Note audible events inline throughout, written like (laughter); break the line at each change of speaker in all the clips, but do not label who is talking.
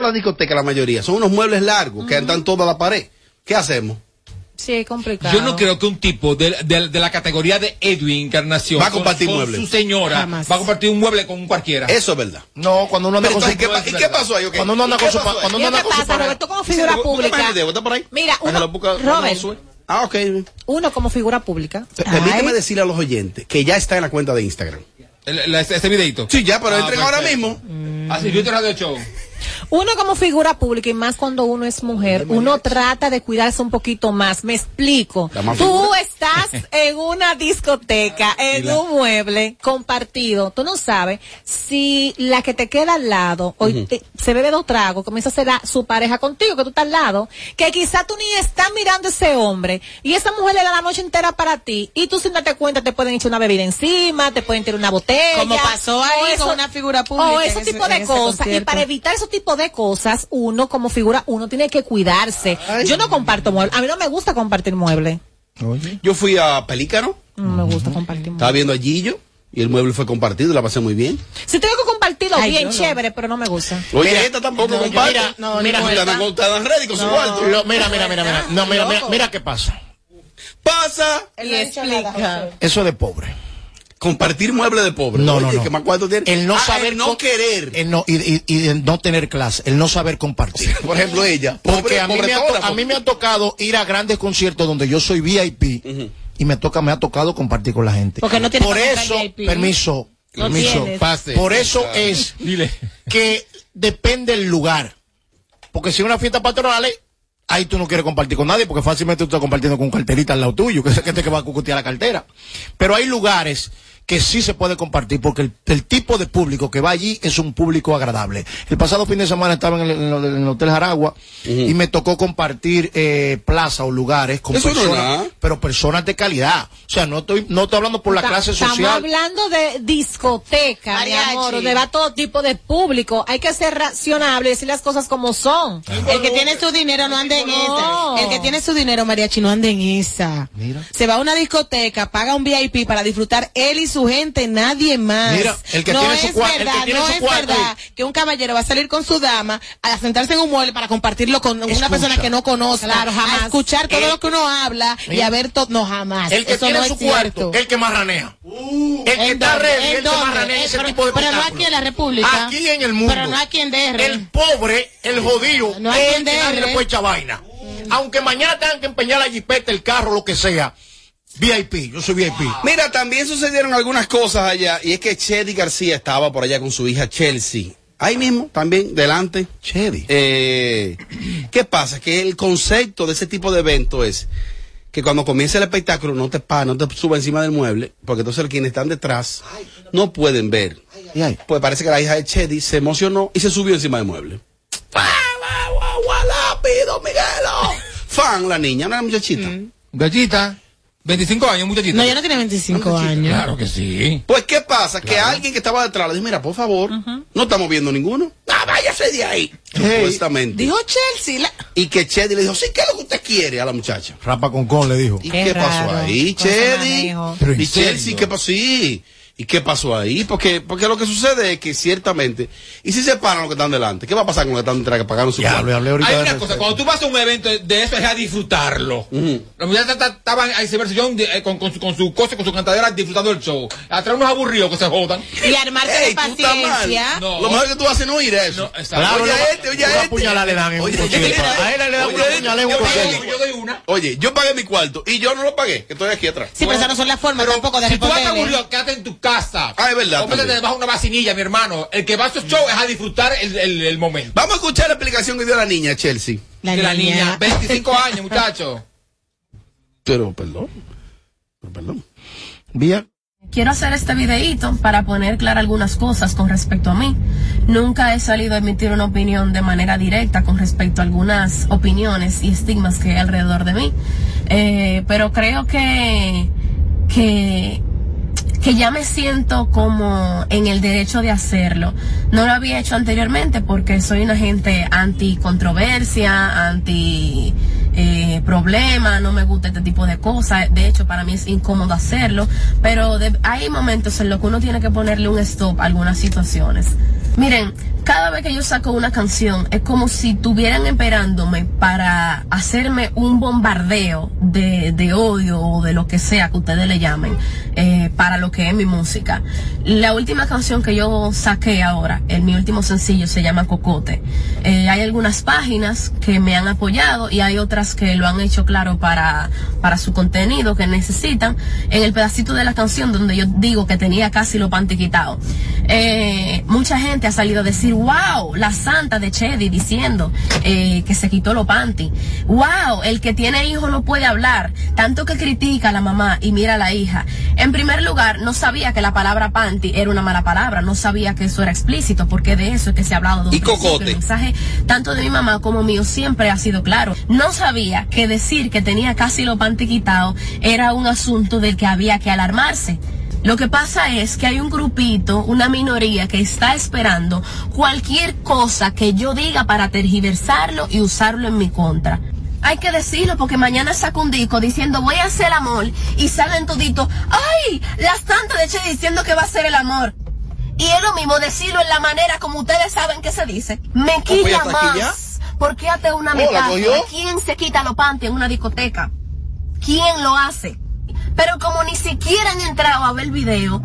la discoteca la mayoría son unos muebles largos que andan toda la pared. ¿Qué hacemos?
Sí, es complicado.
Yo no creo que un tipo de, de- de la categoría de Edwin Encarnación
Va a compartir
con, con
muebles.
su señora
Jamás.
va a compartir un mueble con un cualquiera.
Eso es verdad.
No, cuando uno anda
Pero
con su
entonces, ¿y, qué, pa- y qué pasó ahí? ok?
Cuando uno anda
¿Y
con
qué
su
pasó
pa-
ahí?
cuando uno
¿Qué
anda
te
con su
pasa,
pareja.
Roberto, como figura
Dice, "Bú-
pública"?
búscame el dedo, ¿está por ahí?
Mira, uno-
Ángela, busca- no,
Robert.
sube.
Ah, ok.
Uno como figura pública.
P- Permíteme decirle a los oyentes que ya está en la cuenta de Instagram.
El- la- ese, ese videito.
Sí, ya, pero
Ah,
entren ahora
perfecto.
mismo.
Así, Ah, yo te radio show.
Uno como figura pública y más cuando uno es mujer, uno trata de cuidarse un poquito más. Me explico.
La más
Tú
(laughs)
estás en una discoteca, en
la-
un mueble compartido. Tú no sabes si la que te queda al lado hoy te- se bebe dos tragos, comienza a ser la- su pareja contigo, que tú estás al lado, que quizá tú ni estás mirando ese hombre y esa mujer le da la noche entera para ti y tú sin darte cuenta te pueden echar una bebida encima, te pueden tirar una botella.
Como pasó ahí
o
con una figura pública
O
en
ese
ese-
tipo
en
de
ese
cosas. Y
concierto.
para evitar ese tipo de cosas, uno como figura, uno tiene que cuidarse. Yo no comparto muebles. A mí no me gusta compartir muebles.
Yo fui a Pelícano,
No Mm, me gusta compartir
estaba
muebles.
viendo a Gillo y el mueble fue compartido y la pasé muy bien.
Si tengo que compartirlo
Ay,
bien,
yo no.
chévere, pero no me gusta.
Oye, esta tampoco
no, yo-
comparte.
mira, no,
mira,
yo no-
mira, ready con su cuarto.
Lo- mira, mira, mira, mira. No, mira, mira, mira qué pasa.
Pasa
Y explica.
Eso es de pobre.
compartir mueble de pobre.
No,
Oye,
no, no.
¿qué más cuarto tiene?
El no
Ah,
saber
el no
co-
querer.
El no, y, y- y el no tener clase, el no saber compartir.
Por ejemplo, ella.
Porque
pobre-
a mí,
pobre
me ha, to-
fotógrafo.
a mí me ha tocado ir a grandes conciertos donde yo soy VIP y me toca me ha tocado compartir con la gente.
Porque no tienes
Por
que
eso,
comprar VIP.
permiso,
No
permiso,
tienes.
Pase.
por eso es
Dile.
que depende el lugar. Porque si es una fiesta patronal, eh, ahí tú no quieres compartir con nadie, porque fácilmente tú estás compartiendo con un carterita al lado tuyo, que es gente que va a cucutear la cartera. Pero hay lugares que sí se puede compartir, porque el, el tipo de público que va allí es un público agradable. El pasado fin de semana estaba en el, en el- en el Hotel Jaragua y me tocó compartir eh, plaza o lugares con
Eso no es
personas,
nada.
pero personas de calidad. O sea, no estoy, no estoy hablando por la
Ta-
clase
Estamos
social.
hablando de discoteca, mi
Mariachi.
amor, donde va todo tipo de público. Hay que ser racionable, decir las cosas como son.
El que tiene su dinero no anda en
No.
esa. El que tiene su dinero, mariachi, no anda en esa.
Mira.
Se va a una discoteca, paga un VIP para disfrutar él y su gente, nadie más.
Mira, el que
no
tiene su
es
cuar- el que
verdad,
tiene
no
su
es
cuarto
verdad que un caballero va a salir con su dama a sentarse en un mueble para compartirlo con una persona que no conoce.
Claro, jamás.
A escuchar todo
El-
lo que uno habla y
Mira.
a ver todo. No, jamás.
El que
Eso
tiene
no
su
es cierto.
cuarto, el que marranea. el que
¿En
está
dónde?
ready,
¿En
el que
dónde?
marranea
Eh,
ese
pero-
tipo de
pero no
espectáculo.
aquí en la República.
Aquí en el mundo.
Pero no aquí en DR.
El pobre, el jodido,
No aquí
es
en
el que nadie
DR.
le puede echar vaina. Aunque mañana tengan que empeñar la jipeta, el carro, lo que sea. VIP, yo soy VIP.
Mira, también sucedieron algunas cosas allá. Y es que Chedi García estaba por allá con su hija Chelsea. Ahí mismo, también, delante.
Chedi.
Eh, ¿Qué pasa? Que el concepto de ese tipo de evento es que cuando comienza el espectáculo no te pa, no te suba encima del mueble, porque entonces quienes están detrás no pueden ver.
Y ahí.
Pues parece que la hija de Chedi se emocionó y se subió encima del mueble. ¡Fa, fa, gua, gua, lápido, Miguelo! Fan, la niña, una muchachita.
Gallita. 25 años, muchachito.
Mm. No, ya no tiene 25 años.
Claro que sí.
Pues, ¿qué pasa? Que alguien que estaba detrás le dijo, mira, por favor, no estamos viendo ninguno. Ah, váyase de ahí. Supuestamente.
Dijo Chelsea. la-
Y que Chedi le dijo, sí, ¿qué es lo que usted quiere a la muchacha?
Rapa con con le dijo.
¿Y qué,
Qué
pasó
raro,
ahí,
con ese
Chedi?
manejo.
Pero en
¿Y Chelsea
serio.
qué pasó? Sí. ¿Y qué pasó ahí? Porque, porque lo que sucede es que ciertamente, y si se paran los que están delante, ¿qué va a pasar con los que están detrás que pagaron su
Ya,
cuarto?
le hablé ahorita.
Hay
de
una
eso.
cosa, cuando tú vas a un evento de eso es a disfrutarlo. Los muchachos estaban ahí se versión de- eh, con, con su, con su cosa, con su cantadera disfrutando del show. Atrás unos aburridos que se jodan.
Y armarse
Ey,
de
tú estás mal.
paciencia.
No.
Lo mejor que tú haces no ir a eso.
No, exacto.
Claro,
oye,
le-
a este, oye, a
una
este.
puñalada le dan en un
Oye,
cochino.
este,
A él le dan
oye,
una puñalada en un
yo pagué-
cochino.
Yo doy una.
Oye, yo pagué mi cuarto y yo no lo pagué, que estoy aquí atrás.
Sí, pero esas no son las formas tampoco de ¿eh?
Si tú vas
responderle.
aburrido, quédate en tu casa.
Ah, es verdad,
O métete
también.
debajo de una vacinilla, mi hermano. El que va a esos shows es a disfrutar el, el- el momento.
Vamos a escuchar la explicación que dio la niña, Chelsea.
La
de la niña.
niña.
25 años, muchacho.
Pero, perdón. Pero, perdón.
Vía.
Quiero hacer este videíto para poner claras algunas cosas con respecto a mí. Nunca he salido a emitir una opinión de manera directa con respecto a algunas opiniones y estigmas que hay alrededor de mí. Eh, pero creo que, que que ya me siento como en el derecho de hacerlo. No lo había hecho anteriormente porque soy una gente anti controversia, anti eh, problema, no me gusta este tipo de cosas. De hecho, para mí es incómodo hacerlo, pero de- hay momentos en los que uno tiene que ponerle un stop a algunas situaciones. Miren,
Cada vez que yo saco una canción es como si estuvieran esperándome para hacerme un bombardeo de, de odio o de lo que sea que ustedes le llamen eh, para lo que es mi música. La última canción que yo saqué ahora, el, mi último sencillo, se llama Cocote. Eh, hay algunas páginas que me han apoyado y hay otras que lo han hecho claro para, para su contenido que necesitan. En el pedacito de la canción donde yo digo que tenía casi lo pantiquitado, eh, mucha gente ha salido a decir, wow, la santa de Chedi diciendo eh, que se quitó lo panty. Wow, el que tiene hijo no puede hablar. Tanto que critica a la mamá y mira a la hija. En primer lugar, no sabía que la palabra panty era una mala palabra. No sabía que eso era explícito porque de eso es que se ha hablado. de un
Y
principio.
cocote.
El mensaje tanto de mi mamá como mío siempre ha sido claro. No sabía que decir que tenía casi lo panty quitado era un asunto del que había que alarmarse. Lo que pasa es que hay un grupito, una minoría que está esperando cualquier cosa que yo diga para tergiversarlo y usarlo en mi contra. Hay que decirlo porque mañana saco un disco diciendo voy a hacer el amor y salen toditos, ¡ay! Las tantas de Che diciendo que va a hacer el amor. Y es lo mismo decirlo en la manera como ustedes saben que se dice. Me
pues ya
quita
está
más.
aquí ya.
¿Por qué hace una
¿Cómo la cogió?
metáfora? ¿Quién se quita los panties en una discoteca? ¿Quién lo hace? Pero como ni siquiera han entrado a ver el video,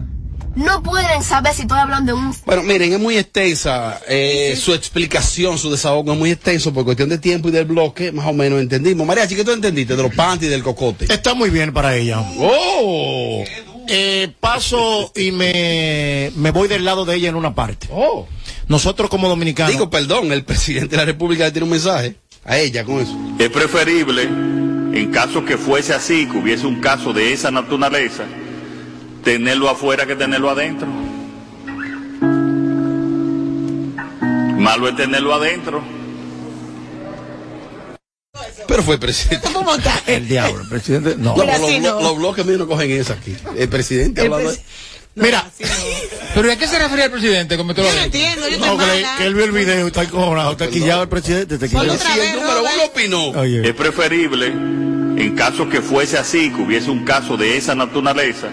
no pueden saber si estoy hablando de un
Bueno, miren, es muy extensa eh, su explicación, su desahogo es muy extenso por cuestión de tiempo y del bloque, más o menos entendimos. María, ¿qué tú entendiste de los panties y del cocote?
Está muy bien para ella.
¡Oh!
Eh, paso y me, me voy del lado de ella en una parte.
¡Oh!
Nosotros como dominicanos.
Digo, perdón, el presidente de la República le tiene un mensaje a ella con eso.
Es preferible, en caso que fuese así, que hubiese un caso de esa naturaleza, tenerlo afuera que tenerlo adentro. Malo es tenerlo adentro.
Pero fue presidente.
¿Cómo está?
el diablo, el presidente. No.
No,
Pero
los,
así
blo-
no.
los bloques míos no cogen eso aquí. El presidente
El
hablando de-
presi-
Mira,
(laughs) ¿Pero a qué se refería el presidente? Como te lo
Yo
dije?
no entiendo, yo
no,
estoy
que, le-
mala.
que él vio el video, está encojonado, está quillado el presidente, está
Ponlo
quillado.
otra
Si
vez,
el número uno
Robert.
opinó.
Oye.
Es preferible, en caso que fuese así, que hubiese un caso de esa naturaleza,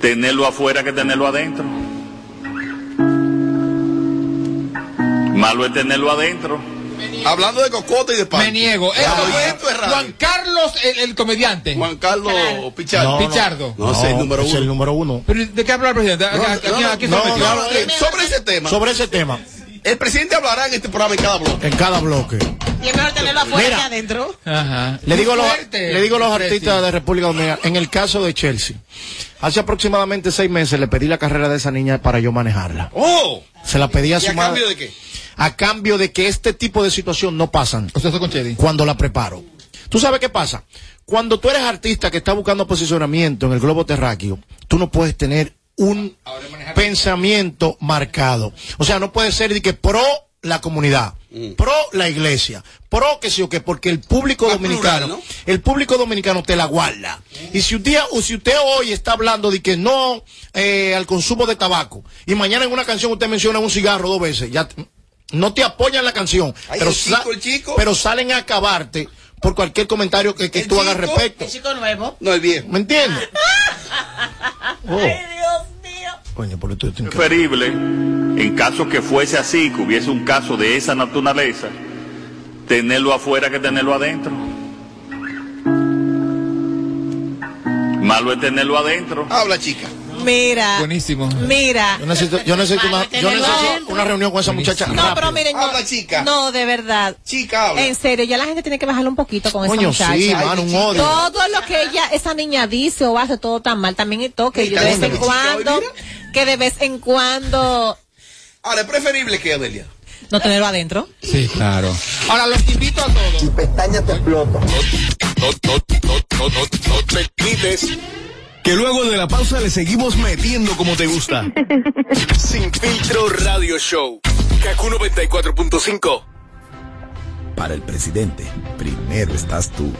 tenerlo afuera que tenerlo adentro. Malo es tenerlo adentro.
Hablando de cocote y de pan.
Me niego. Esto
Claro,
fue
esto es radio.
Juan Carlos, el, el comediante.
Juan Carlos Pichardo.
No, no.
Pichardo.
No, sé, el número
es el
uno.
número uno.
¿Pero de qué habla el presidente? ¿A, a- a- a- quién- a quién se
no,
metió?
no, no.
Eh, sobre ese tema,
Sobre ese tema,
el presidente hablará en este programa en cada bloque.
en cada bloque.
Y es mejor tenerlo afuera
Mira.
que adentro.
Ajá.
Le digo, a los,
Fuerte,
le digo a los
Presi.
artistas de República Dominicana, en el caso de Chelsea, hace aproximadamente seis meses le pedí la carrera de esa niña para yo manejarla.
¡Oh!
Se la pedí a
¿Y
su
a
madre.
cambio de qué?
A cambio de que este tipo de situación no pasan
O sea, eso con Chedi.
cuando la preparo. ¿Tú sabes qué pasa? Cuando tú eres artista que está buscando posicionamiento en el globo terráqueo, tú no puedes tener un pensamiento marcado. O sea, no puede ser de que pro la comunidad,
Mm.
pro la iglesia, pro que sí o que, porque el público
Más
dominicano,
plural,
el público dominicano te la guarda. Y si usted, o si usted hoy está hablando de que no eh, al consumo de tabaco, y mañana en una canción usted menciona un cigarro dos veces, ya te- no te apoyan la canción,
Ay,
pero,
el chico,
sa-
el chico.
pero salen a acabarte por cualquier comentario que, que
El
tú hagas al
chico.
respecto.
El chico nuevo.
No, el viejo.
¿Me entiendes? Oh,
Dios mío.
coño, por esto yo tengo que-
preferible, en caso que fuese así, que hubiese un caso de esa naturaleza, tenerlo afuera que tenerlo adentro. Malo es tenerlo adentro.
Habla, chica.
Mira,
Buenísimo.
mira.
Yo necesito, yo necesito una, yo
Tenerlo
necesito
adentro.
una reunión con esa muchacha.
No, pero
rápido.
miren, no,
Habla, chica.
no, de verdad.
Chica, habla.
En serio, ya la gente tiene que bajarle un poquito con
Coño,
esa muchacha.
sí, mano, un odio.
todo lo que ella, esa niña dice o hace todo tan mal, también el toque
Sí,
de vez
también,
en
chica,
cuando,
oye,
que de vez en cuando
Ahora, es preferible que Adelia.
no tenerlo adentro.
Sí, claro. Ahora los invito a todos.
No, no, no, no, no, no te quites. Que luego de la pausa le seguimos metiendo como te gusta. Sin filtro radio show. Kaku 94.5.
Para el presidente, primero estás tú.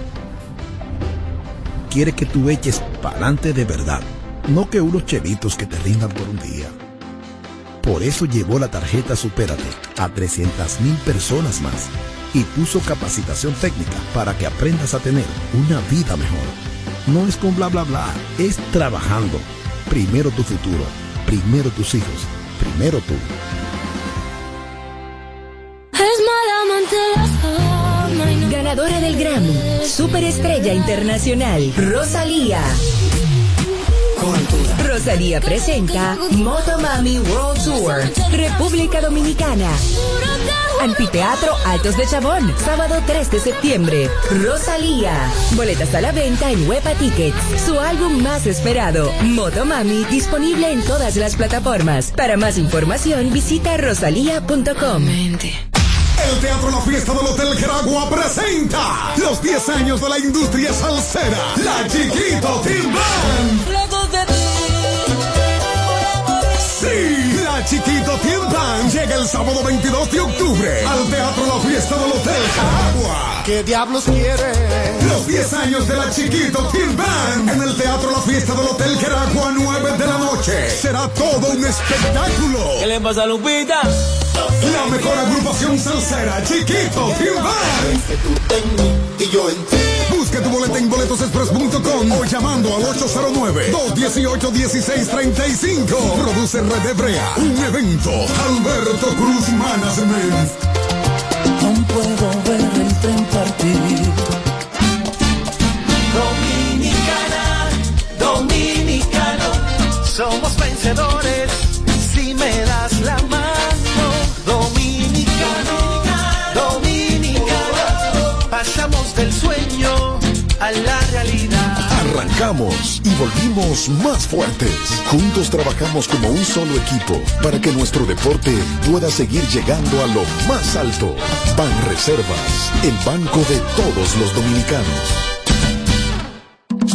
Quiere que tú eches pa'lante de verdad, no que unos chelitos que te rindan por un día. Por eso llevó la tarjeta Supérate a 300.000 personas más y puso capacitación técnica para que aprendas a tener una vida mejor. No es con bla bla bla, es trabajando. Primero tu futuro, primero tus hijos, primero tú.
ganadora del Grammy, Superestrella Internacional, Rosalía. Rosalía presenta Motomami World Tour, República Dominicana. Anfiteatro Altos de Chabón, sábado 3 de septiembre. Rosalía. Boletas a la venta en Huepa Tickets. Su álbum más esperado, Motomami, disponible en todas las plataformas. Para más información, visita rosalía.com.
El Teatro La Fiesta del Hotel Caragua presenta los 10 años de la industria salsera. La Chiquito Timbán. Sí, la Chiquito Timbán llega el sábado 22 de octubre al Teatro La Fiesta del Hotel Caragua. ¿Qué diablos quiere? Los 10 años de la Chiquito Timbán en el Teatro La Fiesta del Hotel Caragua 9 de la noche. Será todo un espectáculo.
¿Qué le pasa a Lupita?
La mejor agrupación salsera, Chiquito Timbal. Busca tu boleta en boletosexpress.com o llamando al 809-218-1635. Produce Red Hebrea, un evento. Alberto Cruz Management.
Aún puedo ver el tren partir.
Dominicana, dominicano, somos vencedores si me das la mano. Dominicano, dominicano, pasamos del sueño a la realidad.
Arrancamos y volvimos más fuertes. Juntos trabajamos como un solo equipo para que nuestro deporte pueda seguir llegando a lo más alto. Ban Reservas, el banco de todos los dominicanos.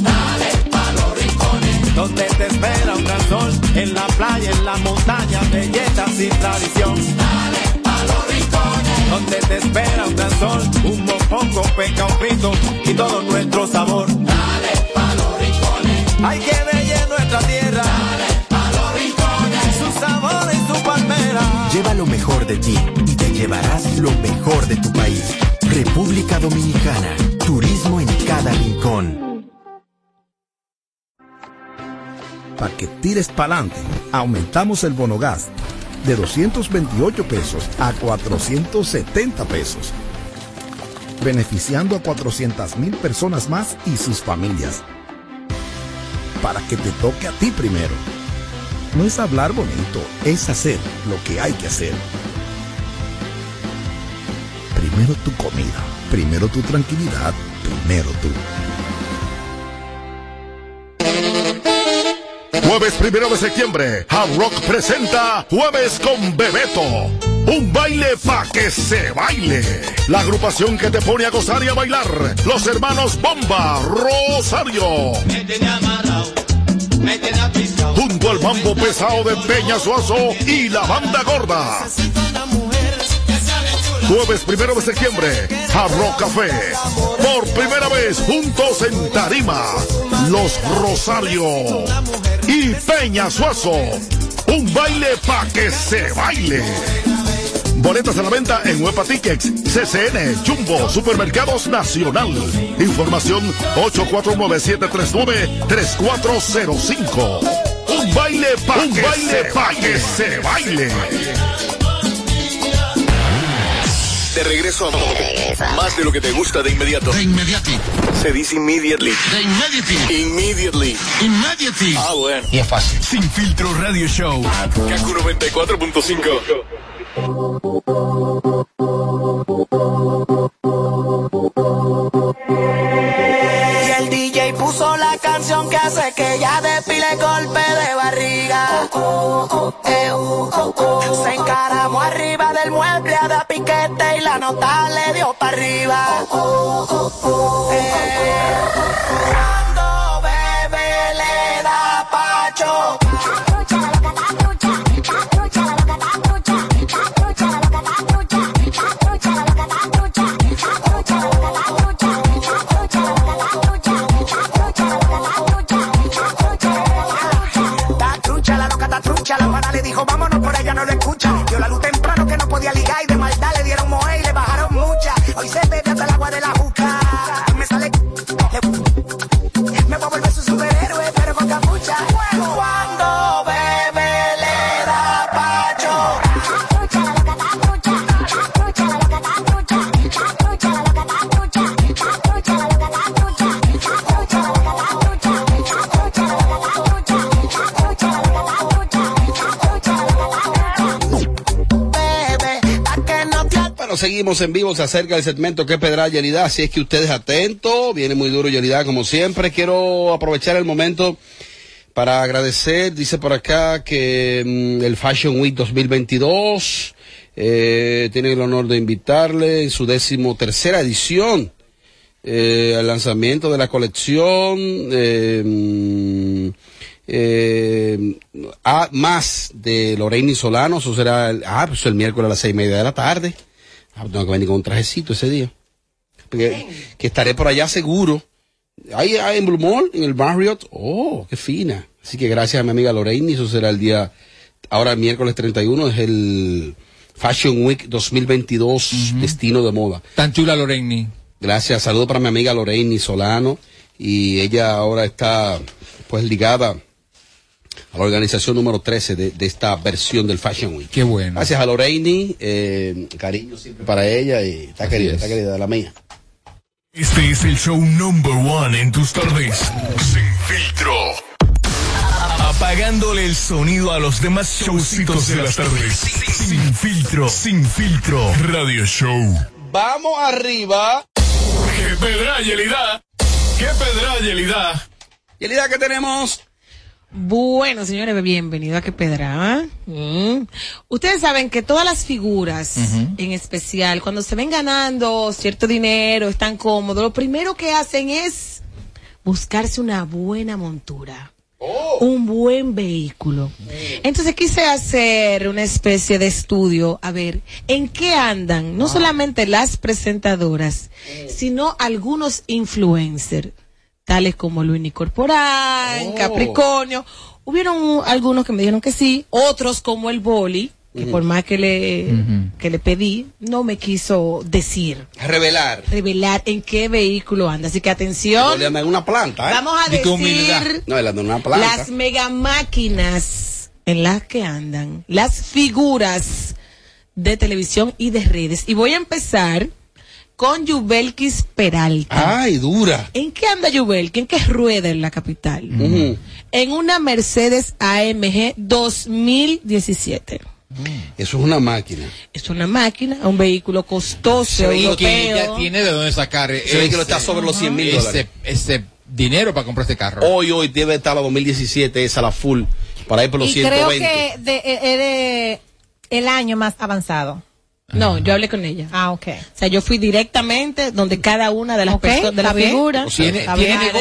Dale pa' los rincones, donde te espera un gran sol, en la playa, en la montaña, belleza sin tradición. Dale pa' los rincones, donde te espera un gran sol, un mopongo, peca, un frito y todo nuestro sabor. Dale pa' los rincones, hay que bella es nuestra tierra. Dale pa' los rincones, su sabor y su palmera.
Lleva lo mejor de ti y te llevarás lo mejor de tu país. República Dominicana. Turismo en cada rincón.
Para que tires pa'lante, aumentamos el bono gas de 228 pesos a 470 pesos, beneficiando a 400 mil personas más y sus familias. Para que te toque a ti primero. No es hablar bonito, es hacer lo que hay que hacer. Primero tu comida, primero tu tranquilidad, primero tú.
Jueves primero de septiembre, Hard Rock presenta Jueves con Bebeto. Un baile pa' que se baile. La agrupación que te pone a gozar y a bailar. Los hermanos Bomba Rosario.
Me tiene amarrado, me tiene apisado.
Junto al mambo pesado de Peña Suazo y la banda gorda. Jueves primero de septiembre, Jarro Café. Por primera vez juntos en Tarima, Los Rosario y Peña Suazo. Un baile pa' que se baile. Boletas a la venta en Huepa Tickets, CCN, Jumbo, Supermercados Nacional. Información 849-739-3405. Un baile pa'
Un
que
baile
se
pa'
baile.
que se
baile.
De regreso a más de lo que te gusta de inmediato. De inmediati. Se dice immediately. De inmediati. Immediately. Immediately. Ah, bueno. Y es fácil. Ah, pues. Sin filtro radio show. Kaku 94.5.
Y el DJ puso la canción que hace que ya despile golpe de barriga. Eh, uh, Se encaramó arriba del mueble a dar piquete y la nota le dio para arriba. oh, Eh, Cuando bebe le da pacho.
Está trucha, la loca está trucha. La pana le dijo, vámonos por ella, no lo escucha. Dio la luz temprano que no podía ligar y de maldad le dieron moe y le bajaron mucha. Hoy se bebe hasta el agua de la juca. Me sale. le-
Bueno, seguimos en vivo, se acerca el segmento que pedrá Yelida, así es que ustedes atentos, viene muy duro Yelida como siempre. Quiero aprovechar el momento para agradecer, dice por acá que mm, el Fashion Week 2022 eh, tiene el honor de invitarle en su décimo tercera edición eh, al lanzamiento de la colección eh, mm, eh, a- más de Lorraine Solano, eso será el, ah, pues el miércoles a las seis y media de la tarde. Ah, tengo que venir con un trajecito ese día. Porque- que estaré por allá seguro. Ahí, ahí en Blue Mall, en el Marriott. Oh, qué fina. Así que gracias a mi amiga Lorraine. Eso será el día, ahora miércoles 31, es el Fashion Week 2022, destino de moda.
Tan chula Loreni.
Gracias, saludo para mi amiga Lorraine Solano y ella ahora está pues ligada a la organización número 13 de, de esta versión del Fashion Week.
Qué bueno.
Gracias a Lorraine, eh, cariño siempre para ella y está querida, está querida la mía.
Este es el show number one en tus tardes. Sin filtro. Apagándole el sonido a los demás showcitos de las tardes. Sin, sin filtro. Sin filtro. Radio Show.
Vamos arriba.
¡Qué pedra, Yelida! ¡Qué pedra, Yelida!
Yelida, ¿qué tenemos?
Bueno, señores, bienvenido a Que Pedra. Mm. Ustedes saben que todas las figuras,
Ujú.
en especial, cuando se ven ganando cierto dinero, están cómodos, lo primero que hacen es buscarse una buena montura. Un buen vehículo. Entonces quise hacer una especie de estudio a ver en qué andan no solamente las presentadoras, sino algunos influencers, tales como Luini Corporal,
Oh.
Capricornio. Hubieron uh, algunos que me dijeron que sí, otros como el Boli, que
Ujú.
por más que le, que le pedí, no me quiso decir,
Revelar.
revelar en qué vehículo anda. Así que atención.
Oleana en una planta. ¿eh?
Vamos a
Di que
decir
humildad. No, él anda en una planta.
las mega máquinas en las que andan, las figuras de televisión y de redes. Y voy a empezar con Yubelkis Peralta.
Ay, dura.
¿En qué anda Yubelkis? ¿En qué rueda en la capital? En una Mercedes AMG 2017.
Eso es una máquina.
Es una máquina, un vehículo costoso.
Pero que
europeo.
ella tiene de dónde sacar
Se ve que lo está sobre los 100 mil
ese-
dólares.
ese dinero para comprar este carro.
Hoy, hoy debe estar la 2017 esa, la full, para ir por los
y
120.
creo que de, e- eres el año más avanzado.
No, yo hablé con ella.
Ah, ok.
O sea, yo fui directamente donde cada una de las
Ok,
personas, de
está
las
bien.
figuras.
O sea, Tiene-
Está
tiene
bien.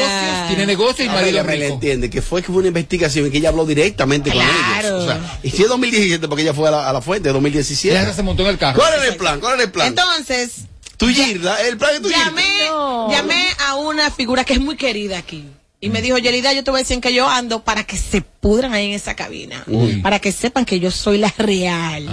tiene negocio y
No,
marido
pero me le entiende que fue que fue una investigación y que ella habló directamente
Claro.
con ellos. O sea, y si es 2017 porque ella fue a la, a la fuente de 2017.
Ya se montó en el carro.
¿Cuál era el plan? ¿Cuál era el plan?
Entonces,
tu Gilda, el plan de tu Gilda.
llamé, llamé a una figura que es muy querida aquí. Y me dijo, Yelida, yo te voy a decir en que yo ando para que se pudran ahí en esa cabina.
Uy.
Para que sepan que yo soy la real.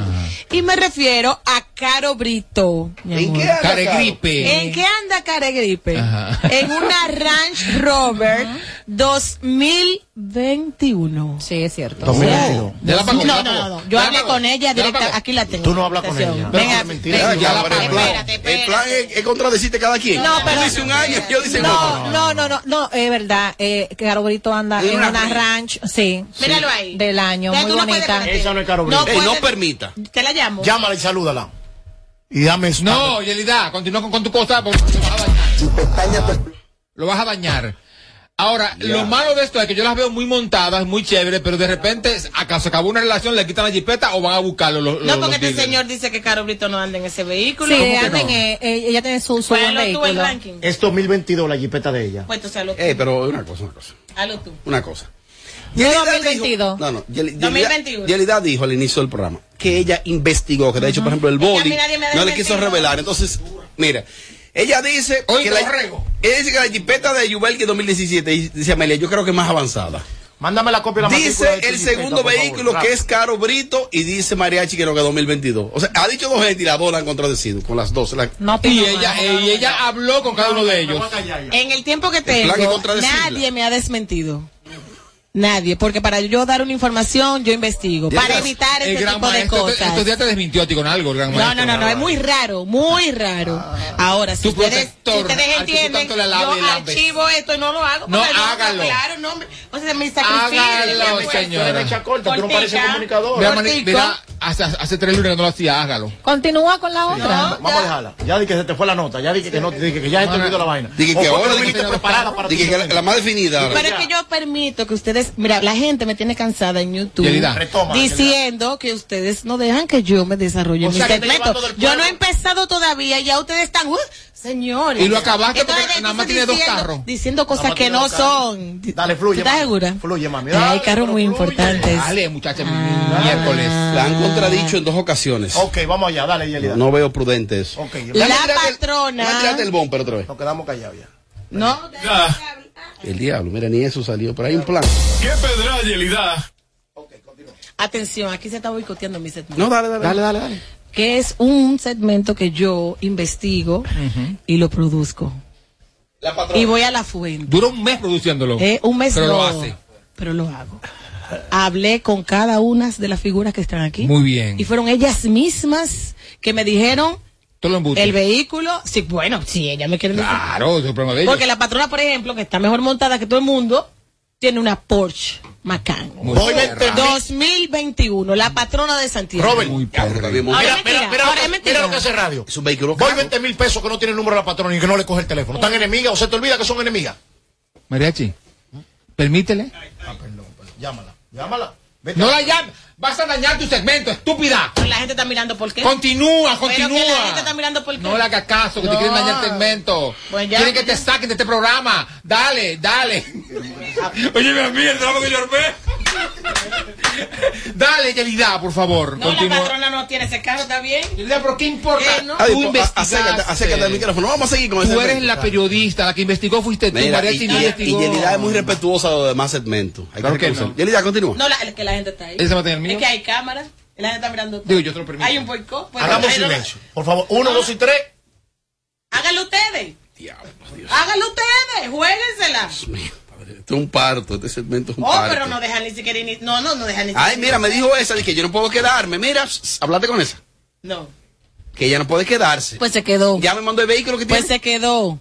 Y me refiero a Caro Brito. mi
¿En
amor.
qué anda Care Caro? Gripe.
¿En qué anda Care Gripe?
Ajá.
En una Ranch Rover 2021. Sí, es cierto.
Dos mil veintidós.
No, no, no, no. Yo hablé con ella directa. Aquí la tengo.
Tú no hablas con
Atención.
ella.
Venga,
Mentira, Ah, ya, pero el plan, el plan es, es contradecirte cada quien.
No, pero-
Tú dices un año, yo dice
No, no, no, no, no, es verdad. Eh, que Caro Brito anda
En
en
una
una ranch, sí.
Míralo
Sí.
ahí.
Del año,
Ya,
muy
tú no puedes
bonita.
permitir. Esa no es Caro
Brito. No
Eh, no
puede-
permita.
Te la llamo.
Llámala y salúdala. Y dame su
No, Yelida, continúa con, con tu cosa porque lo vas a dañar. Lo vas a dañar. Ahora, lo malo de esto es que yo las veo muy montadas, muy chéveres, pero de repente, acaso se acabó una relación, le quitan la jipeta o van a buscarlo los, los-
No, porque
los
este
tigres?
señor dice que Caro Brito no anda en ese vehículo.
Sí,
¿Cómo que
anden,
no?
eh, eh, ella tiene su, su buen
Bueno, tú el
vehículo.
ranking.
Es 2022 la jipeta de ella.
Pues entonces, hazlo tú.
Eh, pero una cosa, una cosa.
Hazlo tú.
Una cosa.
No, 2022.
No, no. Yeli- Yelida-
2021.
Yelida dijo al inicio del programa que ella investigó, que de hecho, por ejemplo, el
a mí
boli
nadie me
no le
desmentió.
quiso revelar. Entonces, mira, ella dice
Hoy
que la,
Dorrego.
ella dice que la jipeta de Yubel que 2017, y dice Amelia, yo creo que es más avanzada.
Mándame la copia de la matrícula de
Dice
tu
el
jipeta,
segundo
por favor,
vehículo que
rápido.
es Caro Brito y dice Mariachi que creo que 2022. O sea, ha dicho dos gente y las dos la han contradecido con las dos. La-
y ella, eh, y ella habló con cada uno de ellos.
En el tiempo que
plan es
tengo,
contradecirla.
nadie me ha desmentido. Nadie, porque para yo dar una información, yo investigo.
Ya
Para
estás-
evitar
el
este
gran
tipo de
maestro te-
cosas.
Estos días te desmintió a ti con algo, el gran
No,
maestro.
no, no, no, es muy raro, muy raro. Ahora, si
Tu
ustedes, si
protector,
ustedes
al que tú
entienden,
tanto le alabes y
yo
lambes.
archivo esto y no lo hago.
No,
porque
hágalo.
Claro, no, hombre. O sea, me sacrifico.
Hágalo,
me esfuerzo.
señora.
Cortica,
Mira, mani- mira,
cortica.
hace, hace tres lunes no lo hacía, hágalo.
Continúa con la
Sí,
otra.
vamos a dejarla. Ya di que se te fue la nota, ya di que, que no, di que, que ya he
Ahora-
entendido la vaina.
Dije
O
que
fue
ahora
que viniste preparada para
dije
tu
que la, la más definida. ahora.
Pero es que yo permito que ustedes, mira, la gente me tiene cansada en YouTube
Yelida, retoma,
diciendo que ustedes no dejan que yo me desarrolle
O
mi
sea, que te
segmento.
llevan todo el
Yo no
pueblo.
he empezado todavía y ya ustedes están, uh, señores.
Y lo acabaste
Entonces,
porque nada más
entonces
tiene dos
diciendo-
carros.
Diciendo cosas
Nada más
que
tiene
no
dos carros.
son.
Dale, fluye.
¿Tú estás
mami.
segura?
Fluye, mami.
Hay carros muy importantes. Ah.
Dale, muchacha, mi- mi miércoles.
La han contradicho en dos ocasiones.
Ah. Ok, vamos allá, dale, Yelida.
No veo prudente eso.
Ok,
La patrona.
Tírate el bomber otra vez.
Nos quedamos callados ya.
No.
El diablo, mira, ni eso salió, pero hay un plan.
¿Qué pedra, Yelida? Atención, aquí se está boicoteando mi segmento.
No, dale, dale. Dale, dale, dale.
Que es un segmento que yo investigo y lo produzco. Y voy a la fuente.
Duró un mes produciéndolo.
Eh, un mes
Pero
no,
lo hace.
Pero lo hago. Hablé con cada una de las figuras que están aquí.
Muy bien.
Y fueron ellas mismas que me dijeron
Todo lo embuste.
el vehículo. Sí, bueno, si ella me quiere decir.
Claro, eso es un problema de ellos.
Porque la patrona, por ejemplo, que está mejor montada que todo el mundo, tiene una Porsche Macan.
Muy Voy perra.
20 2021, la patrona de Santiago. Ahora es mentira, ahora es mentira.
Ah, Mira lo que hace radio.
Es un vehículo
Voy 20 mil pesos que no tiene el número de la patrona y que no le coge el teléfono. ¿Están enemigas o se te olvida que son enemigas?
Mariachi, permítele.
Llámala, llámala. Vete.
No la llames. Vas a dañar tu segmento, estúpida.
La gente está mirando por qué.
Continúa,
Pero que la gente está
continúa.
mirando por qué.
No le hagas caso, que te
No.
quieren dañar el segmento.
Bueno, ya.
quieren que te saquen de este programa. Dale, dale. Oye, a mí el drama que yo armé. dale, Yelida, por favor.
No, la patrona no tiene ese carro, ¿está bien? Eh,
¿Pero qué importa?
no?
Ay,
Tú
po- a-
investigaste.
acércate, acércate al micrófono. Vamos a seguir con
Tú
ese
eres
tema.
la periodista, la que investigó fuiste tú,
Mira, y,
Mariachi
y,
no
y
investigó.
Yelida es muy respetuosa de los demás segmentos. Hay
Claro que
reconocerlo.
no.
Yelida, continúa.
No, la, es que la gente está ahí.
Ese va a tener el mío.
Es que hay cámaras. La gente está mirando. todo.
Digo, yo te lo permito.
Hay un boicot. pues,
Hagamos
hay-
silencio. Por favor, uno, dos y tres.
Háganlo ustedes. Háganlo ustedes. Juéguensela.
Este es un parto, este segmento es un
Oh,
parto.
pero no dejan ni siquiera. ini- No, no, no dejan ni siquiera.
Ay, mira, me dijo esa, dije, yo no puedo quedarme. Mira, pss, hablate con esa.
No.
Que ella no puede quedarse.
Pues se quedó.
Ya me mandó el vehículo que tiene.
Pues se quedó.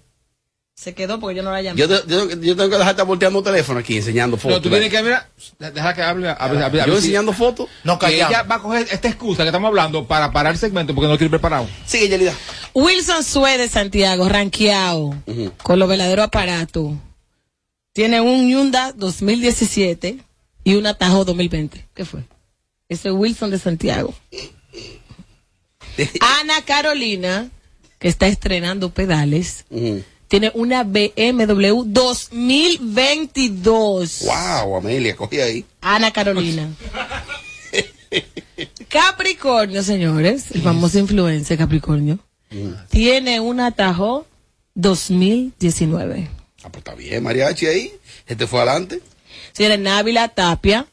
Se quedó porque yo no la llamé.
Yo, te- yo, yo tengo que dejar de estar volteando teléfono aquí, enseñando fotos.
No, tú tienes que, mira, deja que hable. hable, hable,
Yo
hable.
enseñando fotos.
No, que
callamos.
ella va a coger esta excusa que estamos hablando para parar el segmento porque no lo quiere preparado.
Sigue, Yelida.
Wilson Sue de Santiago, ranqueado, con los veladeros aparatos. Tiene un Hyundai 2017 y un Atajo 2020. ¿Qué fue? Ese es Wilson de Santiago. Ana Carolina, que está estrenando pedales, tiene una BMW 2022.
Wow, Amelia, cogí ahí.
Ana Carolina. Capricornio, señores, el famoso influencer Capricornio, tiene un atajo 2019.
Está bien, mariachi ahí. Este fue adelante.
Señores, Návila Tapia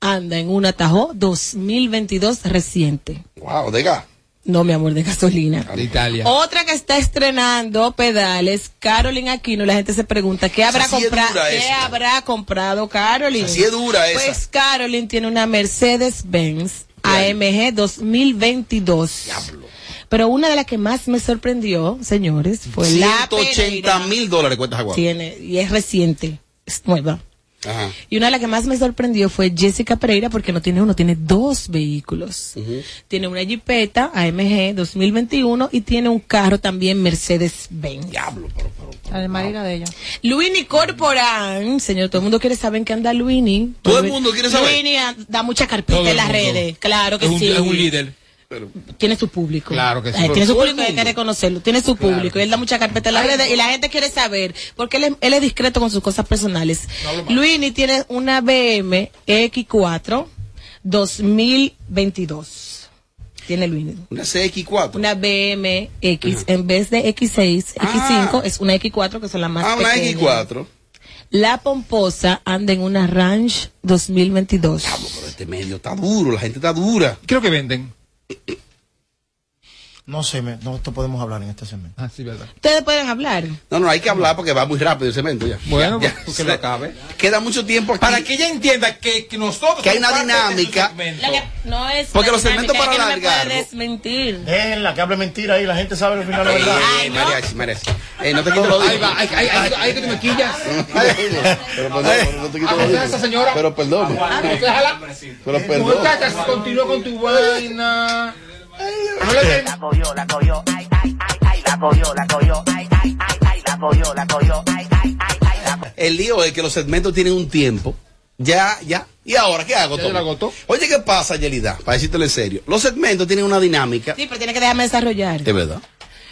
anda en un atajo 2022 reciente.
Wow, de gas.
No, mi amor, de gasolina.
De Italia.
Otra que está estrenando pedales, Carolina Aquino. La gente se pregunta, ¿qué habrá,
Esa sí es
comprado?
dura
¿qué
esa.
habrá comprado Carolina?
Esa sí es dura esa.
Pues Carolina tiene una Mercedes-Benz AMG 2022. Pero una de las que más me sorprendió, señores, fue Pues la
180 mil dólares cuentas agua.
tiene y es reciente, es nueva.
Ajá.
Y una de las que más me sorprendió fue Jessica Pereira porque no tiene uno, tiene dos vehículos. Tiene una Jeepeta AMG 2021 y tiene un carro también Mercedes-Benz.
Diablo,
El marido de ella.
Luini Corporán, señor, todo el mundo quiere saber en qué anda Luini.
Todo el mundo quiere saber.
Luini an- da mucha carpeta
Todo el
en las
mundo.
redes, claro que
es un,
sí.
es un líder.
Tiene su público.
Claro que sí.
Eh, tiene
Pero
su
todo el
público, hay que
mundo.
reconocerlo. Tiene su
Claro.
público. y Él da mucha carpeta en las redes y la gente quiere saber porque él es, él es discreto con sus cosas personales. Luini tiene una BM X4 2022. Tiene Luini.
Una CX4.
Una BM X en vez de X6, X5 es una X4 que son las más
Ah, una
pequeñas.
X4.
La Pomposa anda en una Ranch 2022.
Pero este medio está duro, la gente está dura.
Creo que venden.
No sé, me- no esto podemos hablar en este segmento.
Ah, sí, verdad.
Ustedes pueden hablar.
No, no, hay que hablar porque va muy rápido el cemento ya.
Bueno,
Ya,
porque
se-
lo acabe.
Queda mucho tiempo aquí.
Para que ella entienda que, que nosotros.
Que hay una
somos parte de su
dinámica.
segmento.
no es.
Porque los segmentos para
largar.
alargar.
puedes mentir.
Es la que hable mentira ahí, la gente sabe al final la
Ey,
verdad.
ey, mariachi, mariachi. Ey, no te quito los
Ahí va, ahí, ahí, ahí, ahí que tú me quillas.
Pero perdón, pero no te quito los
Aguanta esa señora.
Pero perdón.
Ah, Déjala. Eh,
Pero perdón.
Muchachas, continúa con tu vaina. No le den-
La cogió, la cogió, ay, ay, ay, ay, la cogió, la cogió, ay, ay, ay, ay, la cogió.
El lío es que los segmentos tienen un tiempo. Ya, ya. ¿Y ahora qué hago,
Ya
Tommy?
lo
Oye, ¿qué pasa, Yelida? Para decírtelo en serio. Los segmentos tienen una dinámica.
Sí, pero tiene que dejarme desarrollar.
Es verdad.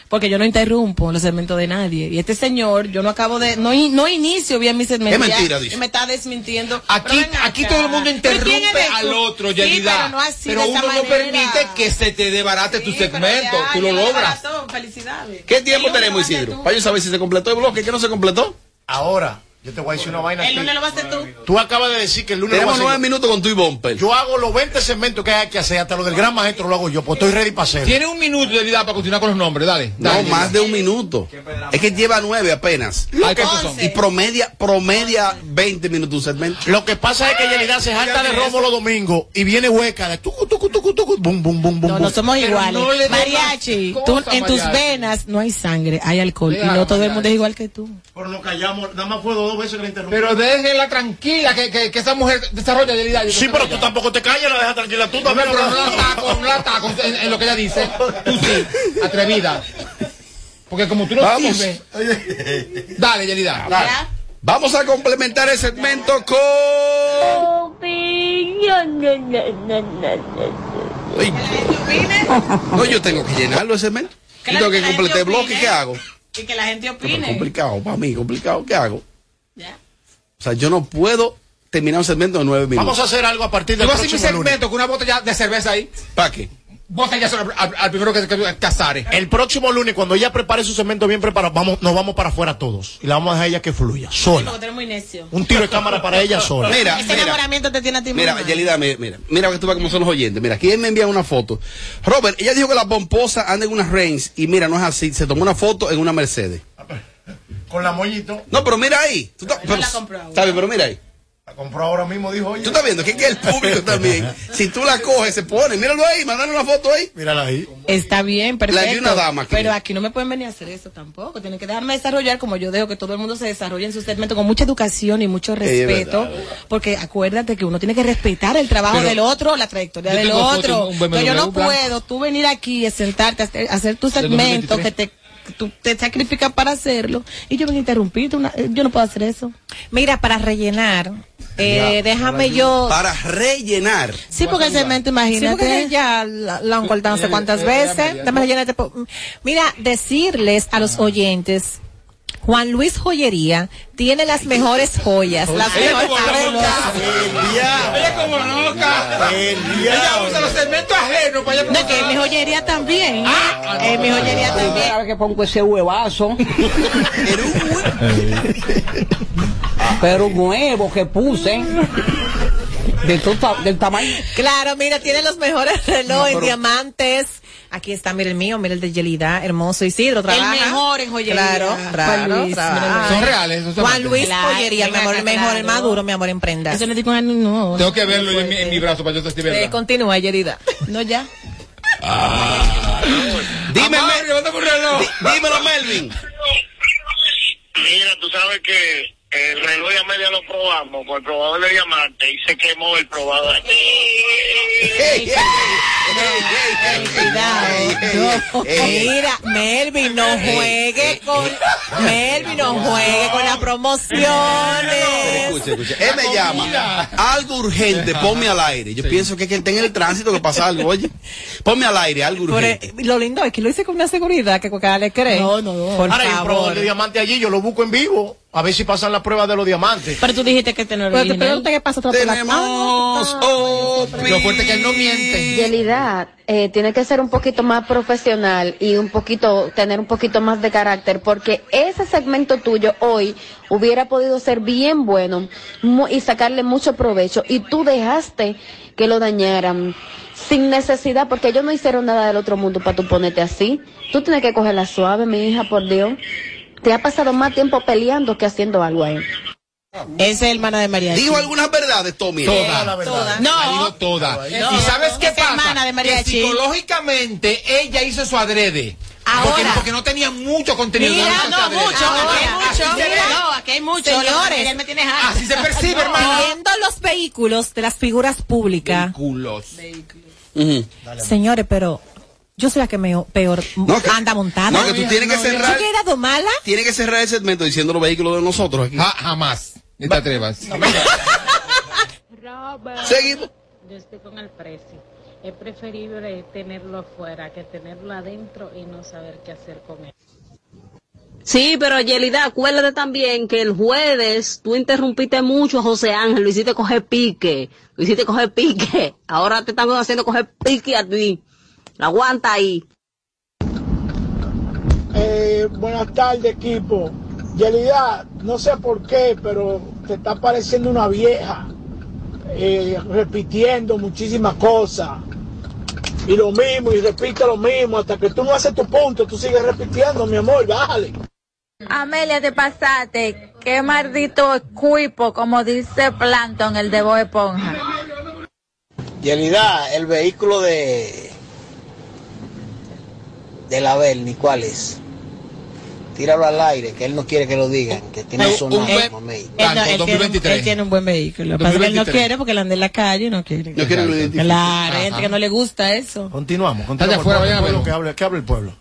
Porque yo no interrumpo los segmentos de nadie. Y este señor, yo no acabo de. No, in- no inicio bien mis segmentos.
Es
Ya
mentira, dice.
Me está desmintiendo.
Aquí,
Pero ven
aquí
acá.
todo el mundo
¿Pero quién
interrumpe
eres tú?
al otro,
Sí,
Yelida.
pero no así,
Pero
de
uno
esa
no
manera.
permite que se te debarate tu segmento.
Ya,
Tú lo
ya
logras.
barató, Felicidades.
¿Qué tiempo tenemos, Isidro? Para yo saber si se completó el bloque, que no se completó.
Ahora, yo te voy a decir una vaina.
El
aquí.
lunes lo vas a hacer tú.
Tú acabas de decir que el lunes
Tenemos
lo vas a
nueve
hacer
minutos con tu y Bumper.
yo. Yo hago los 20 segmentos que hay que hacer, hasta lo del gran maestro lo hago yo, pues estoy ready para hacerlo.
Tiene un minuto, Yelida, para continuar con los nombres. Dale.
No, más de un minuto. Es que lleva nueve apenas.
Ay, ¿cuántos son?
Y promedia, promedia 20 minutos un segmento.
Lo que pasa es que Yelida se jalta de romo los domingos y viene hueca de tucu, tucu, tucu, tucu, bum, bum, bum, bum.
No,
bum.
no somos
Pero
iguales.
no le dé
mariachi,
más
tú,
cosas,
en tus
mariachi.
venas no hay sangre, hay alcohol. y
Déjala,
no todo el
mariachi.
mundo es igual que tú.
Pero nos callamos, nada más puedo dos veces que la interrumpí.
Pero déjela tranquila, que, que, que esa mujer desarrolla Yelida.
Sí, pero tú tampoco te callas, la dejas tranquila tú también.
pero no la ataco, no la ataco en,
(laughs)
en lo que ella dice. Tú sí, atrevida. Porque como tú no
Vamos.
sirves. Dale, Yelida.
Dale. Vamos a complementar el segmento con. Ay, No, yo tengo que llenarlo ese segmento. Yo
Claro,
tengo que
la gente
completar el bloque,
opine.
¿qué hago?
Y que la gente
Pero
opine.
complicado, para mí, complicado, ¿qué hago?
Ya.
O sea, yo no puedo terminar un segmento de nueve minutos.
Vamos a hacer algo a partir
Yo
del
voy a hacer mi
próximo lunes.
segmento con una botella de cerveza ahí.
¿Para qué?
Botellazo al, al, al primero que, que casare.
El próximo lunes, cuando ella prepare su segmento bien preparado, vamos, nos vamos para afuera todos. Y la vamos a dejar a ella que fluya, sola.
Porque tú eres muy necio.
Un tiro de cámara para ella sola.
Mira,
Ese
mira.
enamoramiento te tiene a ti
Mira,
misma.
Yelida, mi- mira, mira que tú ves cómo son los oyentes. Mira, ¿quién me envía una foto? Robert, ella dijo que la pomposa anda en unas Range y mira, no es así. Se tomó una foto en una Mercedes.
Con la moñito.
No, pero mira ahí. Tú ta- pero,
la compró ahora.
está bien, pero mira ahí.
La compró ahora mismo, dijo oye.
Tú estás viendo que, es que el público
(laughs)
también, si tú la coges, se pone. Míralo ahí, mandale una foto ahí.
Mírala ahí.
Está bien,
La
perfecto.
hay una dama aquí.
Pero aquí no me pueden venir a hacer eso tampoco. Tienen que dejarme desarrollar como yo dejo que todo el mundo se desarrolle en su segmento con mucha educación y mucho
es
respeto.
verdad, es
porque acuérdate que uno tiene que respetar el trabajo
Pero
del otro, la trayectoria
yo
del
tengo foto en
otro.
un BMW
Entonces, yo no
blanco.
puedo tú venir aquí a sentarte a hacer, a hacer tu
Del
segmento
2023.
que te que tú te sacrificas para hacerlo y yo vengo a interrumpirte una- eh, yo no puedo hacer eso
Mira, para rellenar, eh,
Ya,
déjame yo.
Para rellenar.
sí porque el segmento
Sí,
imagínate
porque ya la, la han cortado no sé cuántas
Eh, eh,
veces.
eh,
Dame rellenarte po- Mira, decirles a los oyentes. Juan Luis (laughs) Joyería tiene las mejores joyas, las
Ella
mejores
como loca.
arreglos.
Ella como loca. Ella usa los segmentos ajenos para allá.
no que mi joyería también
Ah,
eh, mi joyería también
Cada vez que pongo ese huevazo. Pero un huevo que puse. De tu ta- del tamaño.
Claro, mira, tiene los mejores relojes,
pero-
diamantes. Aquí está, mira el mío, mira el de Yelida, hermoso Isidro, trabaja.
mejor en joyería.
Claro,
Juan
claro,
Luis,
trabaja.
mira el mío.
Son reales. esos
Juan
zapatos.
Luis
Claro,
Joyería, mi
venga,
amor, el mejor, el
claro.
maduro, mi amor, en prendas.
Eso no digo, ah, no, no.
Tengo que verlo yo en mi, en mi brazo para yo te estoy
Eh,
viendo.
continúa, Yelida. (laughs)
No, ya.
Dime,
Amar, levántame un reloj.
Di- dímelo, Melvin.
Mira, tú sabes que el reloj ya media lo probamos con el probador de diamante y se quemó el probador.
Ey, ey, ey, ey, ey, ey, ey, ey, ey.
Mira, Melvin, no juegue con. Melvin, no juegue con las promociones.
Escucha, escucha. Él me llama. Algo urgente, ponme al aire. Yo pienso que, que él está en el tránsito que pasa algo, oye. Ponme al aire, algo
Por- e-
urgente.
lo lindo es que lo hice con una seguridad que cualquiera le cree. No, no, no. Por
Ahora hay un
favor.
probador de diamante allí, yo lo busco en vivo, a ver si pasan las pruebas de los diamantes.
pero tú dijiste que este no era
Pero te
original.
pregunta qué pasa otra vez.
Tenemos
oh, Lo fuerte es que él no miente.
Pues, Yelida, eh, tiene que ser un poquito más profesional y un poquito, tener un poquito más de carácter, porque ese segmento tuyo hoy hubiera podido ser bien bueno mu- y sacarle mucho provecho, y tú dejaste que lo dañaran. sin necesidad, porque ellos no hicieron nada del otro mundo para tú ponerte así. Tú tienes que cogerla suave, mi hija, por Dios. Te ha pasado más tiempo peleando que haciendo algo ahí.
Esa es hermana de María.
Dijo algunas verdades, Tommy.
Toda. La verdad. No. Digo toda.
No.
¿Y sabes qué
Esa
pasa?
hermana de
que
mariachi.
psicológicamente ella hizo su adrede.
Ahora.
Porque, porque no tenía mucho contenido.
Mira,
hizo
no,
su adrede.
mucho,
Ahora,
no,
así
mucho.
se ve.
No, aquí hay muchos.
Señores.
Miguel, me tienes harta.
Así se percibe, hermana.
Viendo los vehículos de las figuras públicas.
Culos.
Señores, pero yo soy la que me, peor anda montada.
no, que tú tienes que cerrar-
¿Yo que he dado mala?
Tiene que cerrar el segmento diciendo los vehículos de nosotros aquí.
jamás. Ni te atrevas.
Seguimos.
Yo estoy con el precio. Es preferible tenerlo afuera que tenerlo adentro y no saber qué hacer con él.
Sí, pero Yelida, acuérdate también que el jueves tú interrumpiste mucho a José Ángel, lo hiciste coger pique, lo hiciste coger pique. (laughs) Ahora te están haciendo coger pique a ti. Aguanta ahí.
Eh, buenas tardes, equipo. Yelida, no sé por qué, pero te está pareciendo una vieja, eh, repitiendo muchísimas cosas. Y lo mismo, y repite lo mismo, hasta que tú no haces tu punto, tú sigues repitiendo, mi amor, bájale.
Amelia, te pasaste. Qué maldito cuipo, como dice Planton, el de Bob Esponja.
Yelida, el vehículo de de la Berni, ¿cuál es? Tíralo al aire, que él no quiere que lo digan, que tiene
Un-
sonado,
un buen-
mamey.
Él, no, él Tiene, un- él tiene un buen vehículo. Pasa que él no
2023.
quiere porque él anda en la calle y no quiere.
No quiere que lo identifiquen.
Claro, hay
Ajá.
gente que no le gusta eso.
Continuamos, continuamos.
afuera,
Vamos
vayan a
al pueblo,
verlo.
que hable, que hable el pueblo.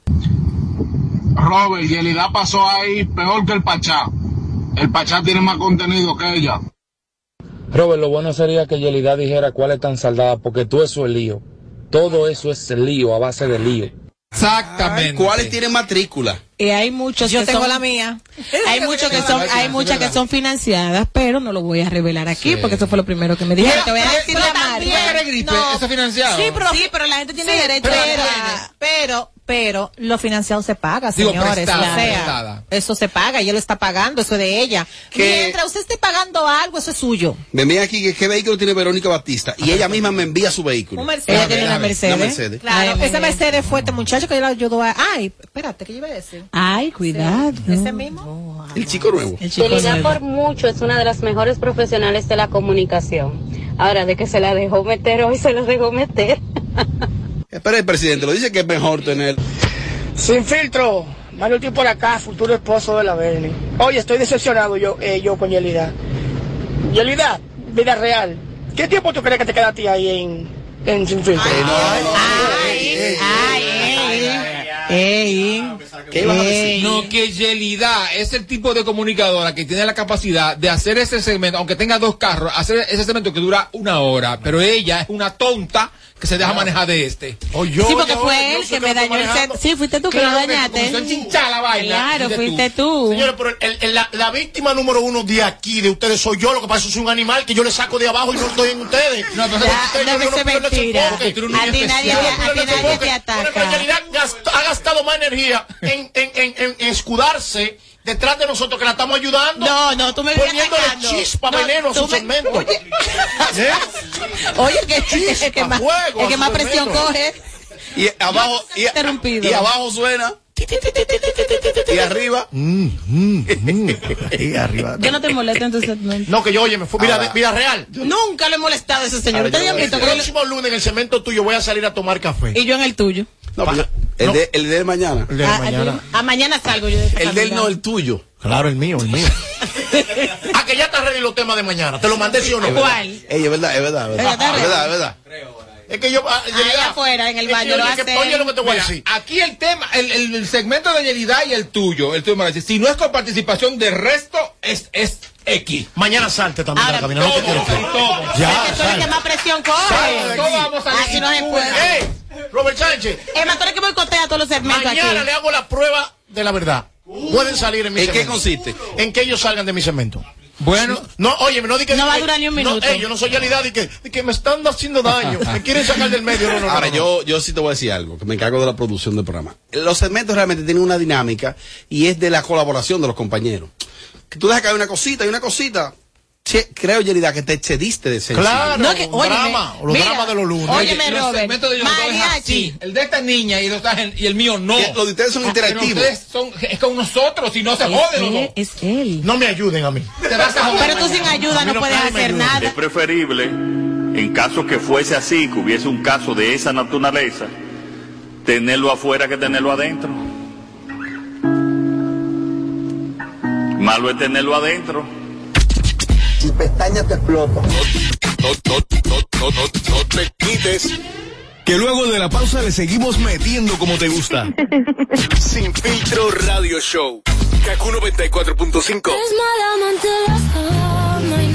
Robert, Yelida pasó ahí peor que el Pachá. El Pachá tiene más contenido que ella.
Robert, lo bueno sería que Yelida dijera cuál es tan saldada, porque todo eso es lío. Todo eso es lío, a base de lío.
Exactamente.
¿Cuáles tienen matrícula?
Y hay muchos
Yo
que
tengo
son-
la mía.
Hay muchos que son, hay muchas que son financiadas, pero no lo voy a revelar aquí porque eso fue lo primero que me dijeron.
Mira,
Te voy a
pero-
decir
pero
la marca.
también- no. Sí, pero, la gente tiene derecho
pero-
a pero pero lo financiado se paga,
Digo,
señores.
prestada,
o sea,
prestada.
eso se paga, ella lo está pagando, eso es de ella.
Que-
Mientras usted esté pagando algo, eso es suyo.
Me envía aquí que qué vehículo tiene Verónica Batista y ella misma me envía su vehículo.
Un Mercedes. Ella tiene
A ver,
una
a ver,
Mercedes.
Una Mercedes.
Claro,
Ay,
esa
mira.
Mercedes fue este muchacho que yo la ayudó a. Ay, espérate, que yo iba a decir.
Ay, cuidado.
Ese mismo.
El chico nuevo.
Yelida
eh,
por mucho es una de las mejores profesionales de la comunicación. Ahora, de que se la dejó meter hoy, se la dejó meter.
Espera, el presidente lo dice que es mejor tener.
Sin filtro, Mario Ortiz por acá, futuro esposo de la Berni. Oye, estoy decepcionado yo, eh, yo con Yelida. Yelida, vida real, ¿qué tiempo tú crees que te quedaste ahí en, en Sin Filtro?
¿Qué ibas a decir? No, que Yelida es el tipo de comunicadora que tiene la capacidad de hacer ese segmento, aunque tenga dos carros, hacer ese segmento que dura una hora, pero ella es una tonta que se deja manejar de este.
sí, porque fue él que me dañó el set. Sí, fuiste tú que lo
Claro que
dañaste.
comenzó a enchinchar la vaina.
Claro,
Fuiste
fuiste tú.
Señores, pero el- el- la, la víctima número uno de aquí, de ustedes, soy yo. Lo que pasa es que soy un animal que yo le saco de abajo y no estoy en ustedes. No,
pero- no, que sea mentira. A ti nadie te- a ti nadie te ataca.
En realidad gast- ha gastado más energía en, en, en, en- en escudarse detrás de nosotros que la estamos ayudando.
No, no, tú me vienes
Poniéndole
atacando.
chispa,
No,
veneno a
tú
su
me-
segmento.
(laughs) ¿Eh? Oye, el que, el que más,
fuego,
el que más
a su
presión
tremendo.
coge.
Y abajo, y,
Interrumpido.
y abajo suena. Y arriba.
Mm, y arriba.
Yo no te molesto en tu segmento.
No, que yo, oye, me fue. Mira,
Ahora-
mira, real.
Nunca le he molestado a ese señor. Ustedes han visto
el
que yo le-
próximo lunes en el cemento tuyo voy a salir a tomar café.
Y yo en el tuyo.
No, pues, el, de, el de mañana.
El de
Ah, A mañana salgo yo de esta
El del
familia.
no, el tuyo.
Claro, el mío, el
(laughs)
mío. ah, que ya está ready los temas de mañana. Te lo mandé sí o no.
Es verdad. Ey, es verdad, es verdad, Ah, es
Ella
verdad.
está
Es verdad, es verdad.
Es que yo. ah,
Ahí
Yelida,
afuera, en el
es
eh,
que
baño,
oye,
lo
que-
hacen.
Oye, lo que te voy a
Mira,
decir.
Aquí el tema, el, el- el segmento de Yelida y el tuyo, el tuyo, Marachi, si no es con participación de resto, es, es X.
Mañana salte también
Ahora,
de la cabina, no te quiero
todo, todo.
Ya,
Tú eres el que más presión oh,
Sal de
coge.
aquí.
Así no se puede.
Robert Sánchez.
Es más, tú eres que boicotea todos los segmentos aquí.
Mañana le hago la prueba de la verdad. Pueden salir en mi
¿En qué
segmento.
consiste?
En que ellos salgan de mi cemento. Bueno, no, oye, no di que
No va a durar ni un
no,
minuto.
ey, yo no soy realidad y que, di que me están
(laughs)
haciendo daño, me quieren sacar del medio. No, no, no,
Ahora,
no.
Yo, yo sí te voy a decir algo, que me encargo de la producción del programa. Los segmentos realmente tienen una dinámica y es de la colaboración de los compañeros. Que tú dejas caer una cosita y una cosita. che- creo, Yelida, que te excediste de sensible.
Claro, No, que- un óyeme, drama, los mira, dramas de los lunes.
Óyeme,
los
Robert,
segmentos de los lunes es así. El de esta niña y, los de esta- y el mío no.
Que los de ustedes son
Ah, pero
interactivos.
ustedes son- es con nosotros y no se
Es
joden los
él,
dos.
Es él.
No me ayuden a mí.
Te vas a joder
Pero tú sin ayuda no puedes hacer nada.
Es preferible, en caso que fuese así, que hubiese un caso de esa naturaleza, tenerlo afuera que tenerlo adentro. Malo es tenerlo adentro.
Si pestañas te exploto.
No, no, no, no, no, no te quites.
Que luego de la pausa le seguimos metiendo como te gusta.
Sin filtro radio show. Kaku 94.5.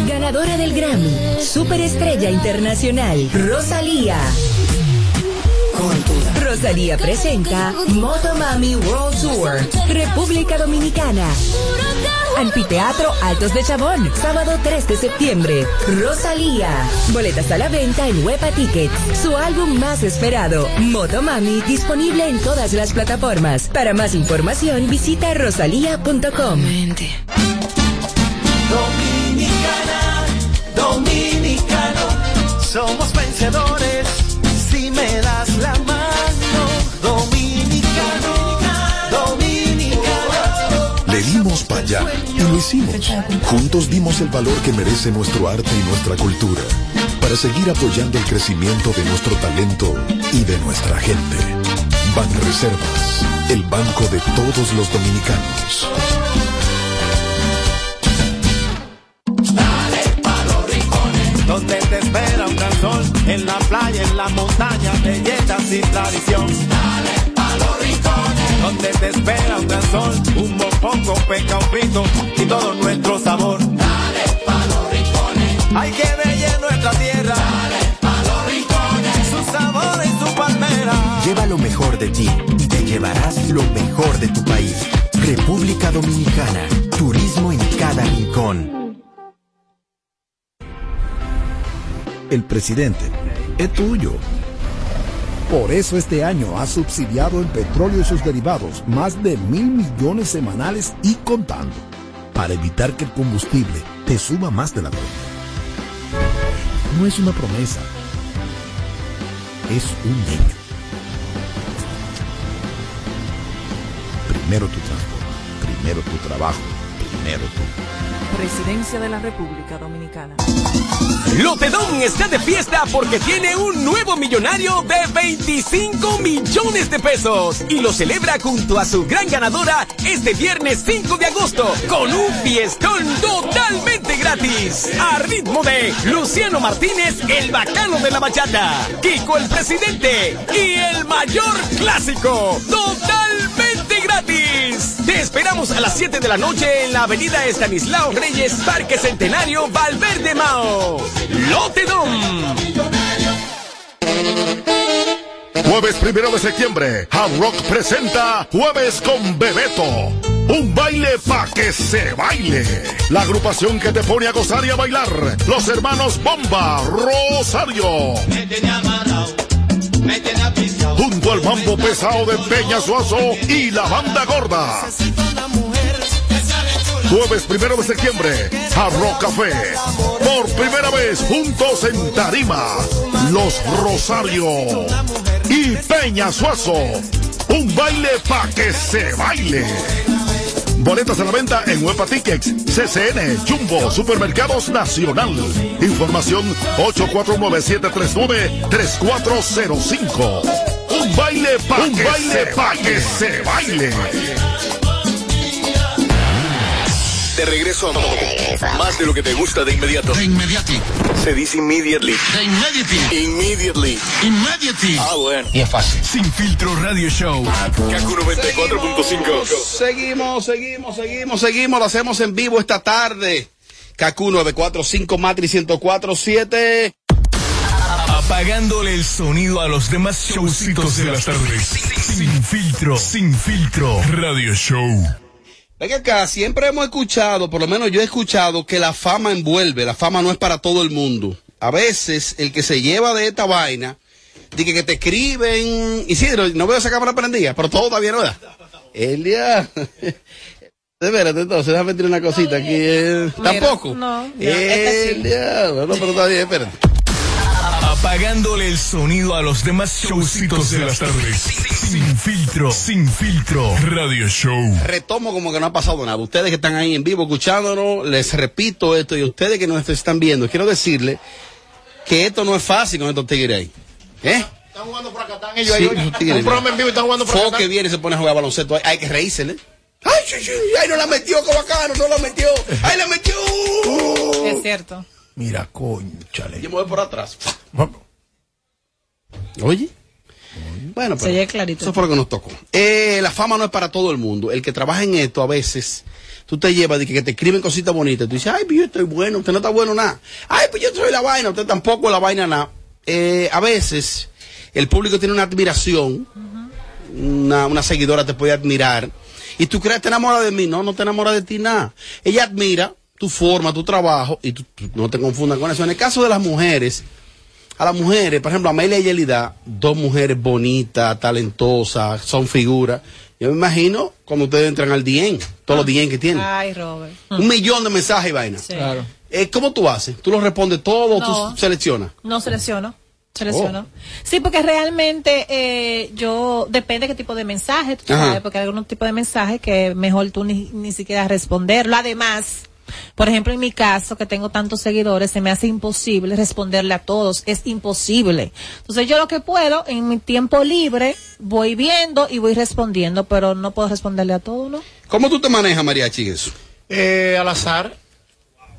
Ganadora del Grammy, superestrella internacional, Rosalía. Rosalía presenta Motomami World Tour, República Dominicana. Anfiteatro Altos de Chabón, sábado 3 de septiembre. Rosalía. Boletas a la venta en Huepa Tickets. Su álbum más esperado, Motomami, disponible en todas las plataformas. Para más información, visita rosalía.com.
Dominicana, dominicano, somos vencedores si me das la mano. Dominicano, dominicano.
Le dimos para allá y lo hicimos. Juntos dimos el valor que merece nuestro arte y nuestra cultura para seguir apoyando el crecimiento de nuestro talento y de nuestra gente. Banreservas, el banco de todos los dominicanos.
donde te espera un gran sol, en la playa, en la montaña, belletas y tradición. Dale a los rincones, donde te espera un gran sol, un mopongo, peca, un frito y todo nuestro sabor. Dale a los rincones, hay que bella es nuestra tierra. Dale a los rincones, su sabor y su palmera.
Lleva lo mejor de ti y te llevarás lo mejor de tu país. República Dominicana. Turismo en cada rincón.
El presidente es tuyo. Por eso este año ha subsidiado en petróleo y sus derivados más de mil millones semanales y contando, para evitar que el combustible te suba más de la cuenta. No es una promesa, es un hecho. Primero tu transporte, primero tu trabajo, primero tú.
Presidencia de la República Dominicana.
Lotedón está de fiesta porque tiene un nuevo millonario de 25 millones de pesos y lo celebra junto a su gran ganadora este viernes 5 de agosto con un fiestón totalmente gratis a ritmo de Luciano Martínez, el bacano de la bachata, Kiko el presidente y el mayor clásico totalmente gratis. Te esperamos a las 7 de la noche en la avenida Estanislao Reyes, Parque Centenario, Valverde Mao. Lotedom.
Jueves primero de septiembre, Hard Rock presenta Jueves con Bebeto. Un baile pa' que se baile. La agrupación que te pone a gozar y a bailar. Los hermanos Bomba Rosario. Junto al mambo pesado de Peña Suazo y la banda gorda. Jueves primero de septiembre, Jarro Café. Por primera vez juntos en Tarima, Los Rosario y Peña Suazo. Un baile pa' que se baile. Boletas a la venta en Huepa Tickets, CCN, Jumbo, Supermercados Nacional. Información 849-739-3405. Un baile pa'
Un
que
baile
se
pa'
baile.
que se baile. Te regreso a más de lo que te gusta de inmediato. De inmediato.
Se dice immediately.
Immediately.
Immediately.
Ah, bueno.
Y es fácil.
Sin filtro radio show.
Kaku 94.5.
Seguimos, seguimos, seguimos, seguimos. Lo hacemos en vivo esta tarde. Kaku 945 Matri 1047.
Apagándole el sonido a los demás showcitos de las tardes. Sin filtro, sin filtro, radio show.
Venga acá, siempre hemos escuchado, por lo menos yo he escuchado, que la fama envuelve, la fama no es para todo el mundo. A veces el que se lleva de esta vaina, de que, que te escriben, y sí, no veo esa cámara prendida, pero todo todavía no da. Elia, (laughs) De veras, entonces, déjame tirar una cosita aquí. eh. ¿Tampoco?
No, no,
Eh, diablo, no, pero está bien, espérate.
Apagándole el sonido a los demás showcitos de las tardes. Sin filtro, sin filtro, radio show.
Retomo como que no ha pasado nada. Ustedes que están ahí en vivo escuchándonos, les repito esto y ustedes que nos están viendo, quiero decirles que esto no es fácil con estos tigres ahí. ¿Eh?
Están jugando por acá, están
Sí,
ellos ahí. hoy.
esos tigres,
Un programa en vivo y están jugando por acá.
Foque viene y se pone a jugar baloncesto. Hay, hay que reírse, ¿eh? Ay, sí, sí, ay, no la metió, qué bacano, no la metió. Ay, la metió.
Es cierto.
Mira, coño, chale.
Yo me voy por atrás. Oye. Bueno,
Se
pero
oye clarito.
Eso fue lo que nos tocó. Eh, la fama no es para todo el mundo. El que trabaja en esto a veces, tú te llevas de que, que te escriben cositas bonitas. Tú dices, ay, pues yo estoy bueno, usted no está bueno nada. Ay, pues yo soy la vaina, usted tampoco es la vaina nada. Eh, a veces el público tiene una admiración, una, una seguidora te puede admirar. Y tú crees, te enamora de mí. No, no te enamora de ti nada. Ella admira tu forma, tu trabajo, y tú, tú no te confundas con eso. En el caso de las mujeres, a las mujeres, por ejemplo, a Amelia y Yelida, dos mujeres bonitas, talentosas, son figuras. Yo me imagino cuando ustedes entran al DM, todos los DM que tienen.
Ah. Ay, Robert.
Un millón de mensajes y vainas.
Sí. Claro.
Eh, ¿Cómo tú haces? ¿Tú los respondes todos o
No.
tú seleccionas?
No selecciono. Selecciono. Sí, porque realmente eh, yo depende qué tipo de mensaje, tú
Ajá.
sabes, porque hay algunos tipos de mensajes que mejor tú ni, ni siquiera responderlo. Además, por ejemplo, en mi caso, que tengo tantos seguidores, se me hace imposible responderle a todos. Es imposible. Entonces, yo lo que puedo, en mi tiempo libre, voy viendo y voy respondiendo, pero no puedo responderle a todos, ¿no?
¿Cómo tú te manejas, María Chigues?
Eh, al azar.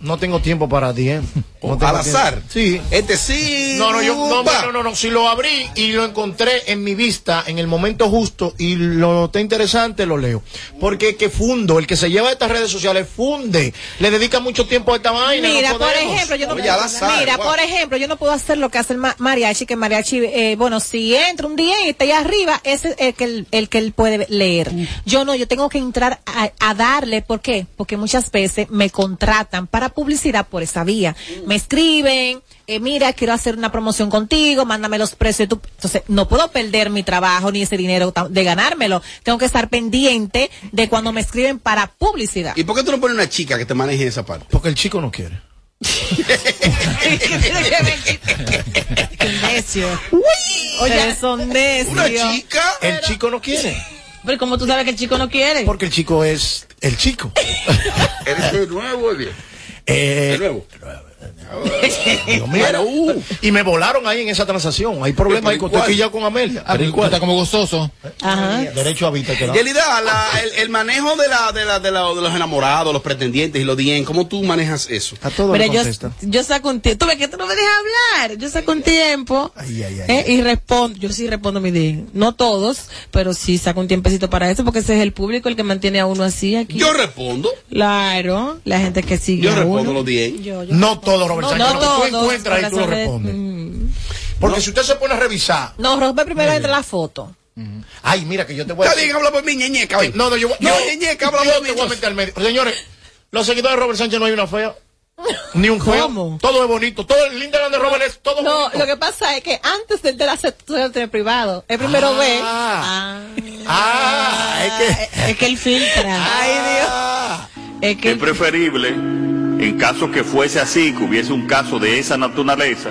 No tengo tiempo para ti, ¿eh? No tengo
al azar.
tiempo. Sí.
Este sí.
No, no, yo no,
pa.
no, no, no, si lo abrí y lo encontré en mi vista en el momento justo y lo noté interesante, lo leo. Porque que fundo, el que se lleva estas redes sociales funde, le dedica mucho tiempo a esta vaina. no
Mira, por
podemos.
ejemplo, yo no
Oye, al azar,
mira,
guau.
por ejemplo, yo no puedo hacer lo que hace el ma- mariachi, que mariachi, eh, bueno, si entra un día y está ahí arriba, ese es el que él, el que él puede leer. Yo no, yo tengo que entrar a, a darle, ¿por qué? Porque muchas veces me contratan para publicidad por esa vía. Me escriben, eh, mira, quiero hacer una promoción contigo, mándame los precios. de tu- Entonces, no puedo perder mi trabajo ni ese dinero ta- de ganármelo. Tengo que estar pendiente de cuando me escriben para publicidad.
¿Y por qué tú no pones una chica que te maneje esa parte?
Porque el chico no quiere.
Oye,
son necios.
Una chica.
El chico no quiere.
Pero ¿cómo tú sabes que el chico no quiere?
Porque el chico es el
(laughs)
chico.
Eres el nuevo, Dios.
Eh,
nuevo.
Dios mío. uh, y me volaron ahí en esa transacción. Hay problemas ahí con
¿cuál?
ya con Amelia.
Ah, pero ¿y cuál?
Está como gozoso.
Ajá.
Derecho a vista. que da.
Yelida, la- el, el manejo de, la, de, la- de la- de los enamorados, los pretendientes y los DM, ¿cómo tú manejas eso?
A todo
Mira, yo, yo saco un tiempo. Tú ves que tú no me dejas hablar. Yo saco un tiempo eh, y respondo. Yo sí respondo mi ding. No todos, pero sí saco un tiempecito para eso porque ese es el público el que mantiene a uno así aquí.
Yo respondo.
Claro, la gente que sigue.
Yo
a
respondo
uno.
los DM.
No todo, Robert
No,
Sánchez.
no
lo que tú
todos,
encuentras ahí
porque
tú lo
son de-
respondes.
mm.
Porque si usted se pone a revisar.
No, Robert primero entra la foto.
Ay, mira que yo te voy a
Está bien, habla por mí, ñeñeca, ven.
No, no, yo voy
No, ñeñeca, habla
yo
por mí,
te voy a
entonces.
meter al medio. Señores, los seguidores de Robert Sánchez no hay una
(laughs)
fea. Ni un feo. Todo es bonito. Todo el Instagram de Robert es todo
No,
bonito.
lo que pasa es que antes del de la sección de privado, el primero Ah. ve.
Ah,
es que. Es que él filtra.
Ay,
Dios. Es que
Es
él
preferible, en caso que fuese así, que hubiese un caso de esa naturaleza,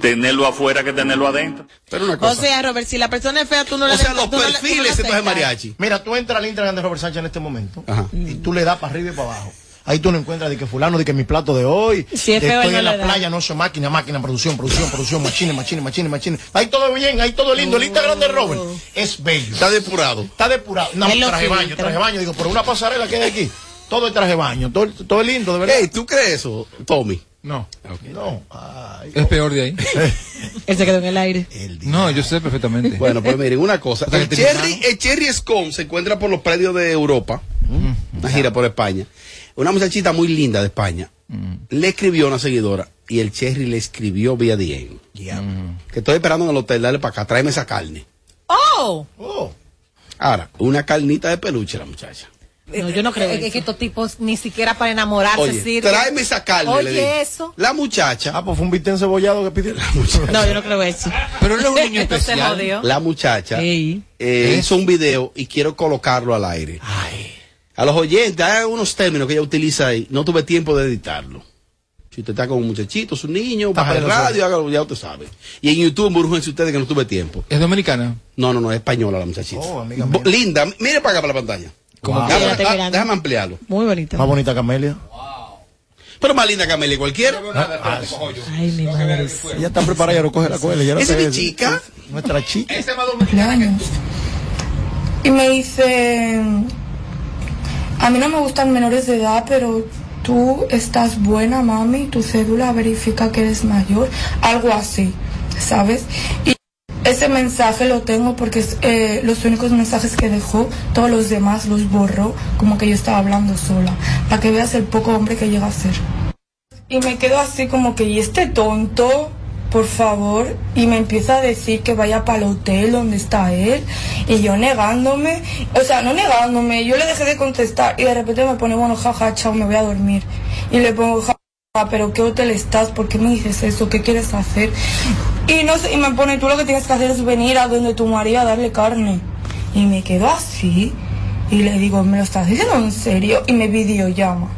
tenerlo afuera que tenerlo adentro.
Pero
O sea, Robert, si la persona es fea, tú no la tú no la- tú no la aceptas.
Mira, tú entras al Instagram de Robert Sánchez en este momento y tú le das para arriba y para abajo. Ahí tú no encuentras de que fulano, de que mi plato de hoy,
Si es
de
feo,
estoy
él no
en
le
la
da.
playa, no soy máquina, máquina, producción, producción, producción, machine, machine, machine, machine. Ahí todo bien, ahí todo lindo. El Instagram de Robert es bello.
Está depurado.
Está depurado. No,
Él lo
traje baño,
filtra.
traje baño. Digo, por una pasarela que hay aquí. Todo es traje baño, todo, todo es lindo, de verdad.
Ey, ¿tú crees eso, Tommy?
No.
No.
Es peor
(laughs)
de ahí.
Él se quedó en el aire.
No, yo sé perfectamente.
Bueno, pues miren, una cosa. El Cherry, el Cherry Scone se encuentra por los predios de Europa,
Mm.
una gira por España. Una muchachita muy linda de España
Mm.
le escribió a una seguidora y el Cherry le escribió vía DM. Que estoy esperando en el hotel, dale para acá, tráeme esa carne.
¡Oh!
Ahora, una carnita de peluche la muchacha.
No, yo no creo. Es, que estos tipos ni siquiera para enamorarse
Oye,
sirven.
tráeme esa carne,
Oye,
le digo.
eso.
La muchacha. Ah,
pues fue un bistec cebollado que pidió
la muchacha.
No, yo no creo eso.
Pero
(laughs)
él es un niño
Entonces lo
especial.
odió.
La muchacha eh, hizo un video y quiero colocarlo al aire. a los oyentes, hay unos términos que ella utiliza ahí. No tuve tiempo de editarlo. Si usted está con un muchachito, su niño, para el
bien, lo
radio, hágalo, ya usted sabe. Y en YouTube, burújense ustedes que no tuve tiempo.
¿Es dominicana?
No, no, no, es española la muchachita. Bo- Linda, m- mire para acá para la pantalla.
¿Cómo que?
Déjame,
Espérate,
ah,
verano.
déjame ampliarlo.
Muy bonita.
Más bonita que Amelia.
Pero más linda que Amelia cualquiera.
Ay, mi madre.
Ah, Ella está preparada, ya lo coge la cuela. ya no
Esa es
sé,
mi chica.
Nuestra chica.
Y me dice, a mí no me gustan menores de edad, pero tú estás buena, mami, tu cédula verifica que eres mayor, algo así, ¿sabes? Y ese mensaje lo tengo porque es eh, los únicos mensajes que dejó, todos los demás los borró, como que yo estaba hablando sola, para que veas el poco hombre que llega a ser. Y me quedo así como que, ¿y este tonto? Por favor, y me empieza a decir que vaya para el hotel donde está él, y yo negándome, o sea, no negándome, yo le dejé de contestar, y de repente me pone, bueno, jaja, chao, me voy a dormir. Y le pongo, jaja, pero ¿qué hotel estás? ¿Por qué me dices eso? ¿Qué quieres hacer? Y, no sé, y me pone, tú lo que tienes que hacer es venir a donde tu marido a darle carne. Y me quedo así, y le digo, ¿me lo estás diciendo en serio? Y me videollama.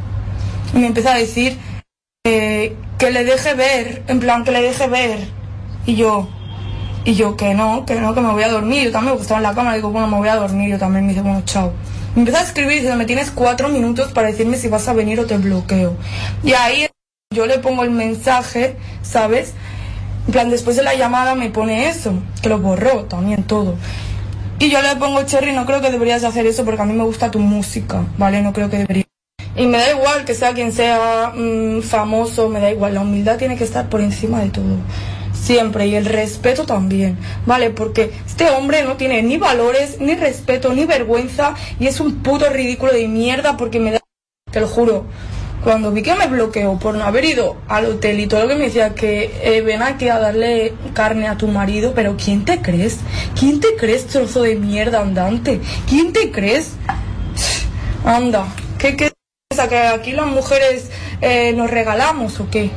Y me empieza a decir, eh, que le deje ver, en plan que le deje ver. Y yo, y yo que no, que no, que me voy a dormir. Yo también porque estaba en la cama, digo, bueno, me voy a dormir. Yo también me dice, bueno, chao. Me empieza a escribir diciendo, me tienes cuatro minutos para decirme si vas a venir o te bloqueo. Y ahí yo le pongo el mensaje, ¿sabes? En plan, después de la llamada me pone eso, que lo borró también todo. Y yo le pongo, Cherry, no creo que deberías hacer eso porque a mí me gusta tu música, ¿vale? No creo que deberías. Y me da igual que sea quien sea mm, famoso, me da igual. La humildad tiene que estar por encima de todo. Siempre. Y el respeto también. ¿Vale? Porque este hombre no tiene ni valores, ni respeto, ni vergüenza. Y es un puto ridículo de mierda porque me da... Te lo juro. Cuando vi que me bloqueó por no haber ido al hotel y todo lo que me decía que eh, ven aquí a darle carne a tu marido, pero ¿quién te crees? ¿Quién te crees, trozo de mierda andante? ¿Quién te crees? Anda, ¿qué, qué o sea, que aquí las mujeres eh, nos regalamos o qué?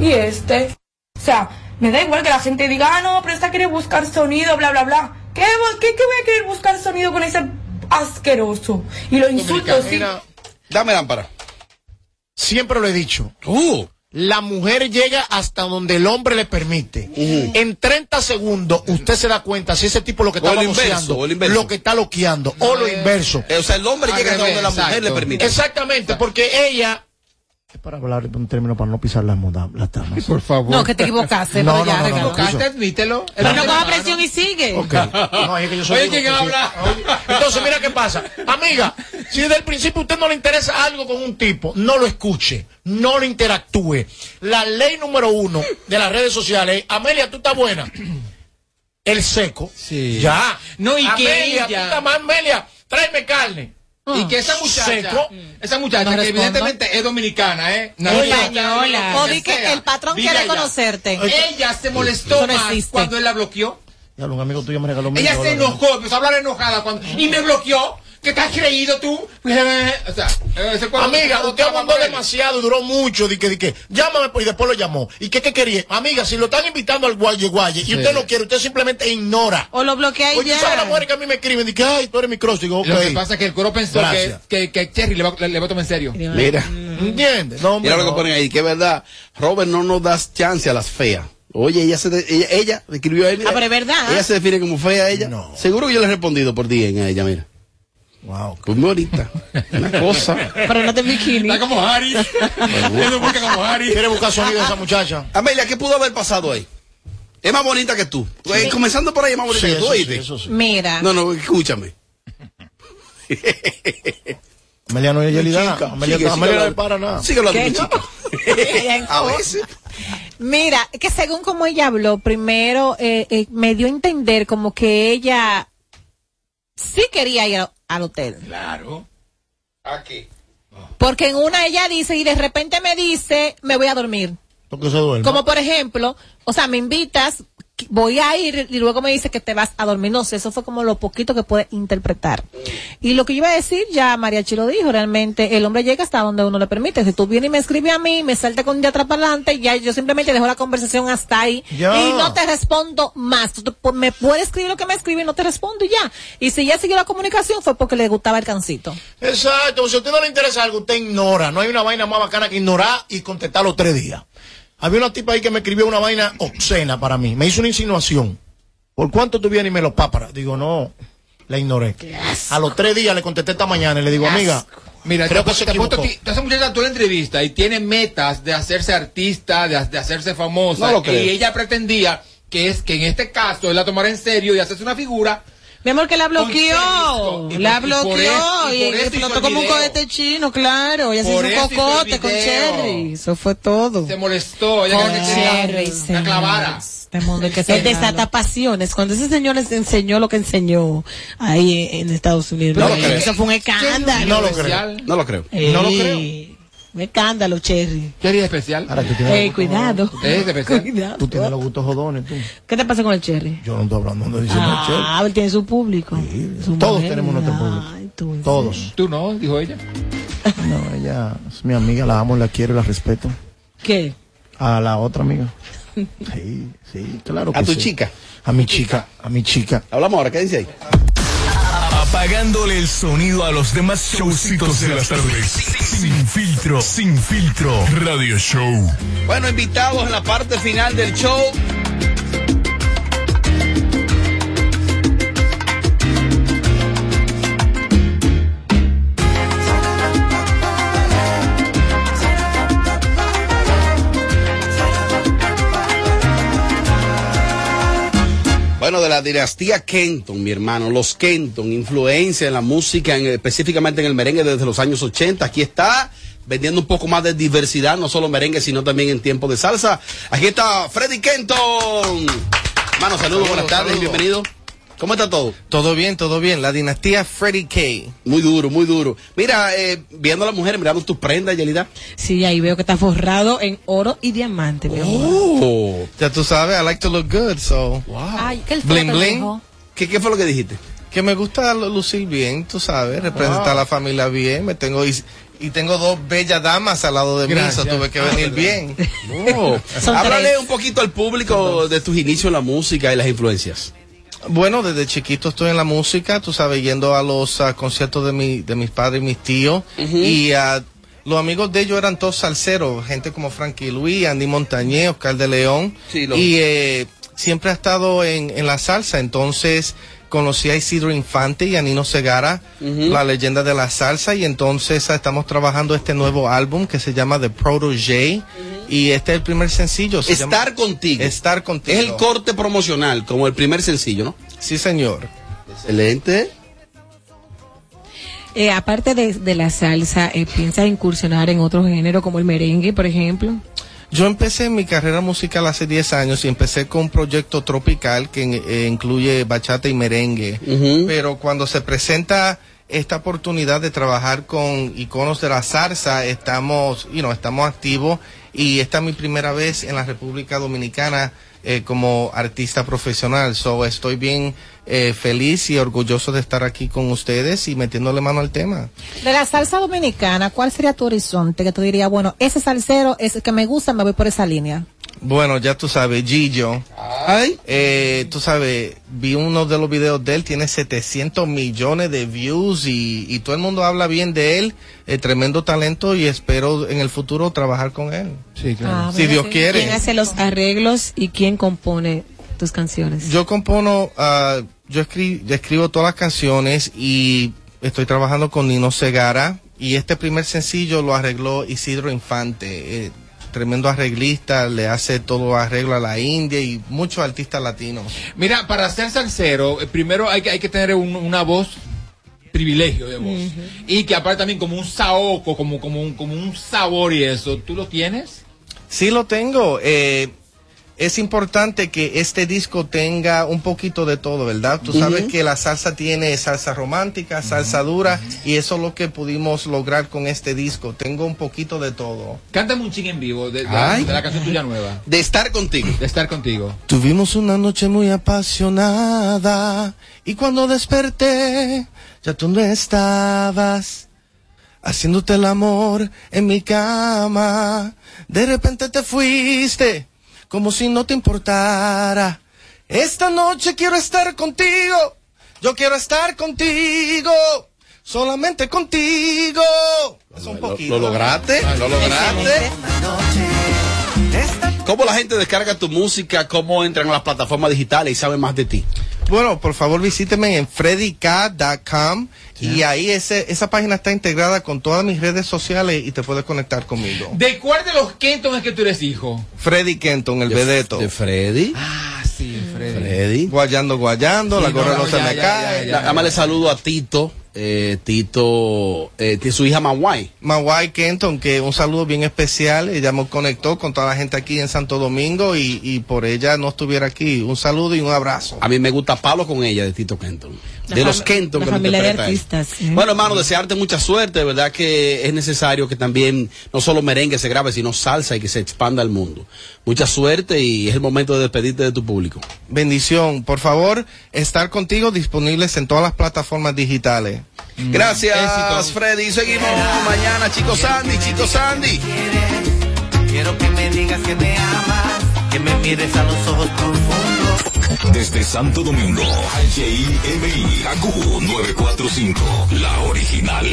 Y este. O sea, me da igual que la gente diga, ah, no, pero esta quiere buscar sonido, bla, bla, bla. ¿Qué, vo- qué, qué voy a querer buscar sonido con ese asqueroso? Y lo insulto, sí.
Dame lámpara.
Siempre lo he dicho. La mujer llega hasta donde el hombre le permite. En 30 segundos usted se da cuenta si ese tipo lo que
O
está
el inverso,
baboseando,
o el inverso.
lo que está loqueando, o lo inverso.
Eh, O sea, el hombre
Al
llega hasta donde
revés,
la mujer
exacto.
le permite.
Exactamente, porque ella. Para hablar un término para no pisar las modas, las damas. Por favor.
No, que te equivocaste,
No, no,
pero ya,
no, no,
regalo.
escucha.
admítelo.
Pero no coja presión y sigue.
(laughs)
Ok. No, es que yo soy
Oye,
duro,
¿quién
sí.
habla?
Oye, Entonces, mira qué pasa. Amiga, si desde el principio usted no le interesa algo con un tipo, no lo escuche, no lo interactúe. La ley número uno de las redes sociales es, Amelia, tú estás buena. El seco. Ya.
No, y que
Amelia,
ella- Ah.
tú estás más, Amelia, tráeme carne.
Y que esa muchacha,
Ah. Seco.
esa muchacha
No
que
respondo.
evidentemente es dominicana, ¿eh?
Oye,
española.
O di que el patrón quiere conocerte.
Ella se molestó
Eso no
más
existe.
cuando él la bloqueó.
Ya, un amigo tuyo me regaló mil
Ella se
dólares.
enojó, empezó a hablar enojada cuando, y me bloqueó. ¿Qué te has creído tú? O sea, eh, ese cuando-
Amiga,
cuando
usted
estaba
abundó
con él.
demasiado, duró mucho, di que, di que, llámame, pues, y después lo llamó. ¿Y qué, qué quería? Amiga, si lo están invitando al guaye guaye, y usted no quiere, usted simplemente ignora.
O lo bloquea y
Oye,
ya.
¿tú sabes las mujeres que a mí me escriben? Dice, ay, tú eres mi cross. Digo, ok.
Lo que pasa es que el coro pensó que,
Gracias.
que, que Cherry le va, le, le va a tomar en serio.
Mira.
Mm. ¿Entiendes? No, hombre,
Mira lo
no.
que ponen ahí, que es verdad. Robert, no nos das chance a las feas. Oye, ella se de- ella, ella escribió ahí. mira.
Ah, pero es verdad.
Ella se define como fea ella. Seguro que yo le he respondido por día en ella, mira. Pues
Wow.
Muy bonita. Una
(laughs)
cosa. Pues
Pero no te bikini.
Está como Harry. busca como Harry.
Quiere buscar sonido esa muchacha.
Amelia, ¿qué pudo haber pasado ahí? Es más bonita que tú. Eh, comenzando por ahí, es más bonita
Sí,
que tú,
eso sí,
oíste.
eso sí.
Mira.
No, no,
(laughs)
escúchame.
Amelia no es Yelida.
Chica,
Amelia,
sigue,
Amelia
sigue
no
hablando.
es para nada.
Sigue hablando, mi chica.
A
veces.
Mira, que según como ella habló, primero eh, eh, me dio a entender como que ella sí quería ir a- al hotel.
Claro. Aquí.
Porque en una ella dice y de repente me dice, me voy a dormir.
Porque se duerme.
Como por ejemplo, o sea, me invitas, que voy a ir y luego me dice que te vas a dormir. No sé, eso fue como lo poquito que puede interpretar. Y lo que yo iba a decir, ya Mariachi lo dijo, realmente el hombre llega hasta donde uno le permite. Si tú vienes y me escribes a mí, me salta con de atrás para adelante, ya yo simplemente dejo la conversación hasta ahí
Ya.
y no te respondo más. Tú te- pu- me puedes escribir lo que me escribe y no te respondo y ya. Y si ya siguió la comunicación fue porque le gustaba el cancito.
Exacto, si a usted no le interesa algo, usted ignora. No hay una vaina más bacana que ignorar y contestar los tres días. Había una tipa ahí que me escribió una vaina obscena para mí. Me hizo una insinuación. ¿Por cuánto tú vienes y me los páparas? Digo, no, la ignoré. A los tres días le contesté esta mañana y le digo,
Qué
amiga,
asco. Mira,
creo
te,
que se
te apuesto
equivocó.
a ti- te hace muchacha tú la entrevista y tiene metas de hacerse artista, de, ha- de hacerse famosa.
No lo creo.
Y ella pretendía que es que en este caso él la tomara en serio y hacerse una figura.
Mi amor, que la
bloqueó.
La bloqueó y,
eso hizo
explotó
el
como un
video.
cohete chino, claro. Y así hizo
Por
un
eso hizo el
cocote con
video.
Cherry. Eso fue todo.
Se molestó. Ella
Con
quería que se-
Cherry,
la clavara.
Este mundo que se
Claro.
desata pasiones. Cuando ese señor les enseñó lo que enseñó ahí en Estados Unidos.
No lo
Eh,
creo.
Eso fue un escándalo.
No lo creo. No lo creo.
No lo creo. Un escándalo, Cherry.
Cherry especial.
Ahora, tú tienes
Eh,
los gustos
cuidado.
jodones.
Cuidado.
Tú tienes los gustos jodones, tú.
¿Qué te pasa con el Cherry?
Yo no estoy hablando de diciendo el Cherry.
Ah, él tiene su público.
Todos tenemos nuestro público. Todos.
Tú no, dijo ella.
No, ella es mi amiga, la amo, la quiero, la respeto.
¿Qué?
A la otra amiga. Sí, sí, claro que
¿A tu
sí.
chica?
A mi chica, a mi chica.
Hablamos ahora, ¿qué dice ahí?
Apagándole el sonido a los demás showcitos de las tardes. Sin filtro, sin filtro. Radio Show.
Bueno, invitados en la parte final del show. Bueno, de la dinastía Kenton, mi hermano, los Kenton, influencia en la música, en- específicamente en el merengue desde los años 80. Aquí está, vendiendo un poco más de diversidad, no solo merengue, sino también en tiempo de salsa. Aquí está Freddy Kenton. Hermano, saludos, buenas tardes y bienvenido. ¿Cómo está todo?
Todo bien, todo bien. La dinastía Freddy K.
Muy duro, muy duro. Mira, eh, viendo a la mujer, mirando tus prendas, Yelida.
Sí, ahí veo que está forrado en oro y diamante, mi amor.
Oh.
Ya tú sabes, I like to look good, so.
Oh. Ay, ¿qué él fue
Bling
lo que
bling.
dijo?
¿Qué, ¿Qué fue lo que dijiste?
Que me gusta lu- lucir bien, tú sabes, representar a la familia bien. Me tengo y, y tengo dos bellas damas al lado de mí, so
Gracias.
tuve que venir bien. (laughs)
No. Háblale un poquito al público de tus inicios en la música y las influencias.
Bueno, desde chiquito estoy en la música, tú sabes, yendo a los ah, conciertos de, mi, de mis padres y mis tíos. Y ah, los amigos de ellos eran todos salseros, gente como Frankie Luis, Andy Montañé, Oscar de León.
Sí, lo-
Y eh, siempre ha estado en, en la salsa, entonces conocí a Isidro Infante y a Nino Segara, la leyenda de la salsa, y entonces ah, estamos trabajando este nuevo álbum que se llama The Protege. Y este es el primer sencillo. se llama-
Estar contigo.
Estar contigo.
Es el corte promocional, como el primer sencillo, ¿no?
Sí, señor.
Excelente.
Eh, aparte de, de la salsa, eh, ¿piensas incursionar en otro género como el merengue, por ejemplo?
Yo empecé mi carrera musical hace 10 años y empecé con un proyecto tropical que eh, incluye bachata y merengue. Pero cuando se presenta esta oportunidad de trabajar con iconos de la salsa, estamos, you know, estamos activos y esta es mi primera vez en la República Dominicana eh, como artista profesional. So estoy bien eh, feliz y orgulloso de estar aquí con ustedes y metiéndole mano al tema.
De la salsa dominicana, ¿cuál sería tu horizonte que tú dirías, bueno, ese salsero es el que me gusta, me voy por esa línea?
Bueno, ya tú sabes, Gillo. Eh,
Ay.
tú sabes, vi uno de los videos de él, tiene 700 millones de views y, y todo el mundo habla bien de él. eh, tremendo talento y espero en el futuro trabajar con él. Sí,
Ah,
si
bueno,
Dios
sí.
quiere.
¿Quién hace los arreglos y quién compone tus canciones?
Yo compono, ah, yo, escri- yo escribo todas las canciones y estoy trabajando con Nino Segara y este primer sencillo lo arregló Isidro Infante. eh, tremendo arreglista, le hace todo los arreglos a la India y muchos artistas latinos.
Mira, para ser salsero, eh, primero hay que, hay que tener un- una voz privilegio de
Mm.
voz. Y que aparte también como un saoco, como, como, un, como un sabor y eso. ¿Tú lo tienes?
Sí lo tengo. eh, es importante que este disco tenga un poquito de todo, ¿verdad? Tú sabes
Ujú.
que la salsa tiene salsa romántica, salsa dura, y eso es lo que pudimos lograr con este disco. Tengo un poquito de todo.
Cántame un ching en vivo de, de-
Ay.
de la canción tuya nueva.
De estar contigo.
De estar contigo.
Tuvimos una noche muy apasionada y cuando desperté ya tú no estabas haciéndote el amor en mi cama. De repente te fuiste como si no te importara. Esta noche quiero estar contigo. Yo quiero estar contigo. Solamente contigo. Es un poquito.
Lo lograste, lo lograste. ¿Cómo la gente descarga tu música? ¿Cómo entran a las plataformas digitales y saben más de ti?
Bueno, por favor visíteme en freddyk.com y ahí ese, esa página está integrada con todas mis redes sociales y te puedes conectar conmigo.
¿De cuál de los Kenton es que tú eres hijo?
Freddy Kenton, el vedeto. ¿De Freddy? Mm.
Ah, sí, Freddy.
Guayando, guayando,
Sí,
la gorra
no,
no,
no,
se
ya,
me
ya,
cae.
ya, ya, Nada más le saludo a Tito, eh, Tito, eh, tiene su hija Mawai.
Mawai Kenton, que un saludo bien especial. Ella me conectó con toda la gente aquí en Santo Domingo y, y por ella no estuviera aquí. Un saludo y un abrazo.
A mí me gusta Pablo con ella, de Tito Kenton. De los Kenton que nos interpreta él.
¿eh?
Bueno, hermano, desearte mucha suerte, de verdad que es necesario que también no solo merengue se grabe, sino salsa y que se expanda al mundo. Mucha suerte y es el momento de despedirte de tu público.
Bendición. Por favor, estar contigo disponibles en todas las plataformas digitales.
Mm.
Gracias, Freddy. Seguimos mañana, chicos Sandy, chicos Sandy.
Quiero que me digas que me amas, que me mires a los ojos profundos.
Desde Santo Domingo, HIMI, AQ 945, la original.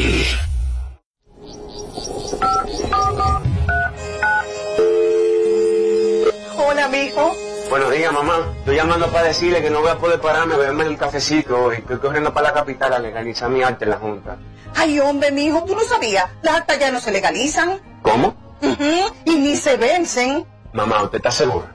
Hola, mijo.
Buenos días, mamá. Estoy llamando para decirle que no voy a poder pararme a beberme el cafecito hoy. Estoy corriendo para la capital a legalizar mi arte en la Junta.
Ay, hombre, mijo, tú no sabías. Las actas ya no se legalizan.
¿Cómo?
Ujú, Y ni se vencen.
Mamá, ¿usted está segura?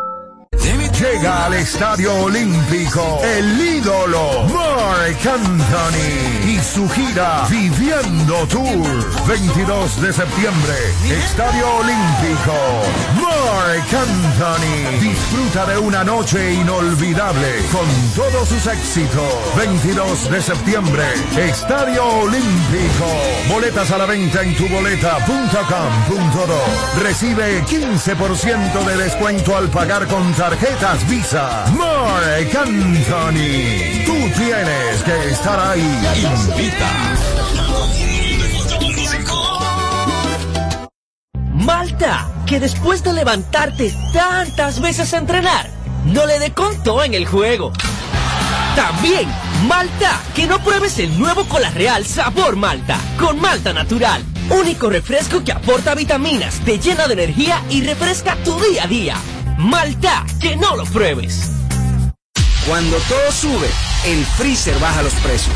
Llega al Estadio Olímpico el ídolo Mark Anthony y su gira Viviendo Tour. 22 de septiembre, Estadio Olímpico. Mark Anthony disfruta de una noche inolvidable con todos sus éxitos. 22 de septiembre, Estadio Olímpico. Boletas a la venta en tuboleta.com.do. Recibe 15% de descuento al pagar con tarjetas Visa. Mark Anthony, tú tienes que estar ahí. Invita.
Malta, que después de levantarte tantas veces a entrenar, no le dé conto en el juego. También, Malta, que no pruebes el nuevo Cola Real Sabor Malta, con Malta Natural. Único refresco que aporta vitaminas, te llena de energía y refresca tu día a día. Malta, que no lo pruebes.
Cuando todo sube, el freezer baja los precios.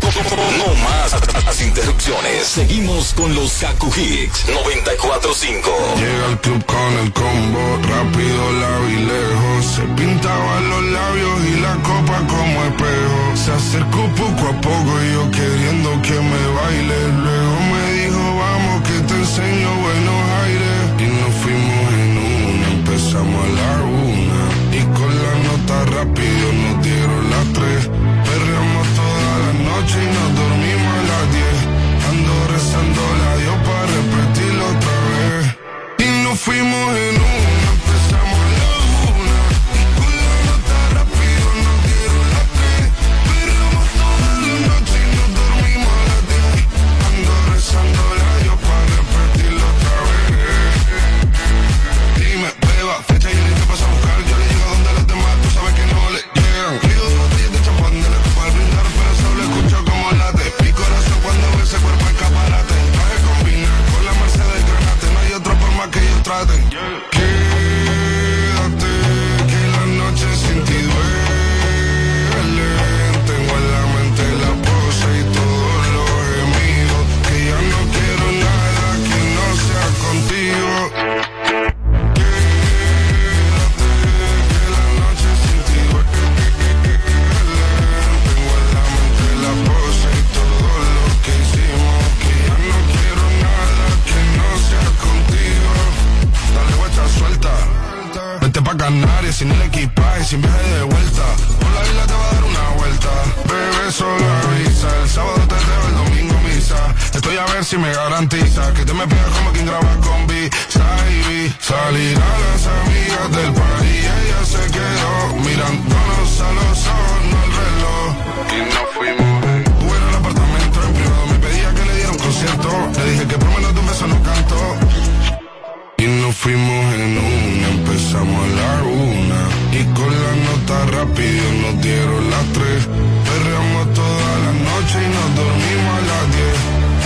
No más
interrupciones.
Seguimos con los Kaku Hicks.
945.
Llega al club con el combo, rápido la vi lejos. Se pintaban los labios y la copa como espejo. Se acercó poco a poco y yo queriendo que me baile. Luego me dijo, vamos que te enseño buenos aires. Y nos fuimos en una, empezamos a la una. Y con la nota rápido nos dieron las tres. Perreamos toda la noche y nos dormimos a las diez. Ando rezando la Dios para repetirlo otra vez. Y nos fuimos en una, empezamos a la una. Y con la nota rápido nos dieron las tres. Perreamos toda la noche y nos dormimos a las diez. Ando rezando la Dios para repetirlo otra vez. Dime, beba, fecha y el te paso a buscar. Yo le llego donde los demás, tú sabes que no le llegan. Río de botellas de champán de la copa al brindar, pero solo escucho como late. Mi corazón cuando ve ese cuerpo escaparate. Traje combina con la Mercedes Granate. No hay otra forma que ellos traten. Quédate, que la noche sin ti duele. Tengo en la mente la pose y todos los gemidos. Que ya no quiero nada que no sea contigo. la pose y todo lo que hicimos Que ya no quiero nada que no sea contigo Dale vuelta, suelta Vete pa' Canarias sin el equipaje, sin viaje de vuelta Por la isla te va a dar una vuelta Bebé, solo avisa El sábado te debo, el domingo misa Estoy a ver si me garantiza Que te me pegas como quien graba con B Saibí Salir a las amigas del party Ella se quedó mirándonos a los ojos, no al reloj Y nos fuimos Bueno, el apartamento en privado Me pedía que le diera un concierto Le dije que por menos de un beso no canto y nos fuimos en una, empezamos a la una. Y con la nota rápido nos dieron las tres. Perreamos toda la noche y nos dormimos a las diez.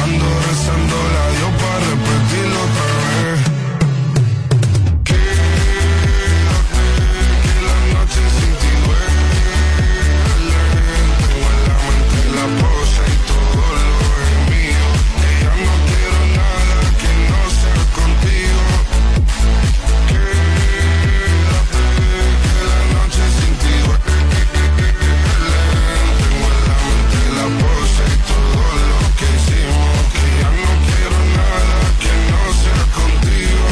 Ando rezando la Dios para repetirlo otra vez. Quédate, que la noche sin ti duele. Tengo en la mente la pose y todo lo es mío. Que ya no quiero nada que no sea contigo. la pose y todo lo que hicimos Que ya no quiero nada que no sea contigo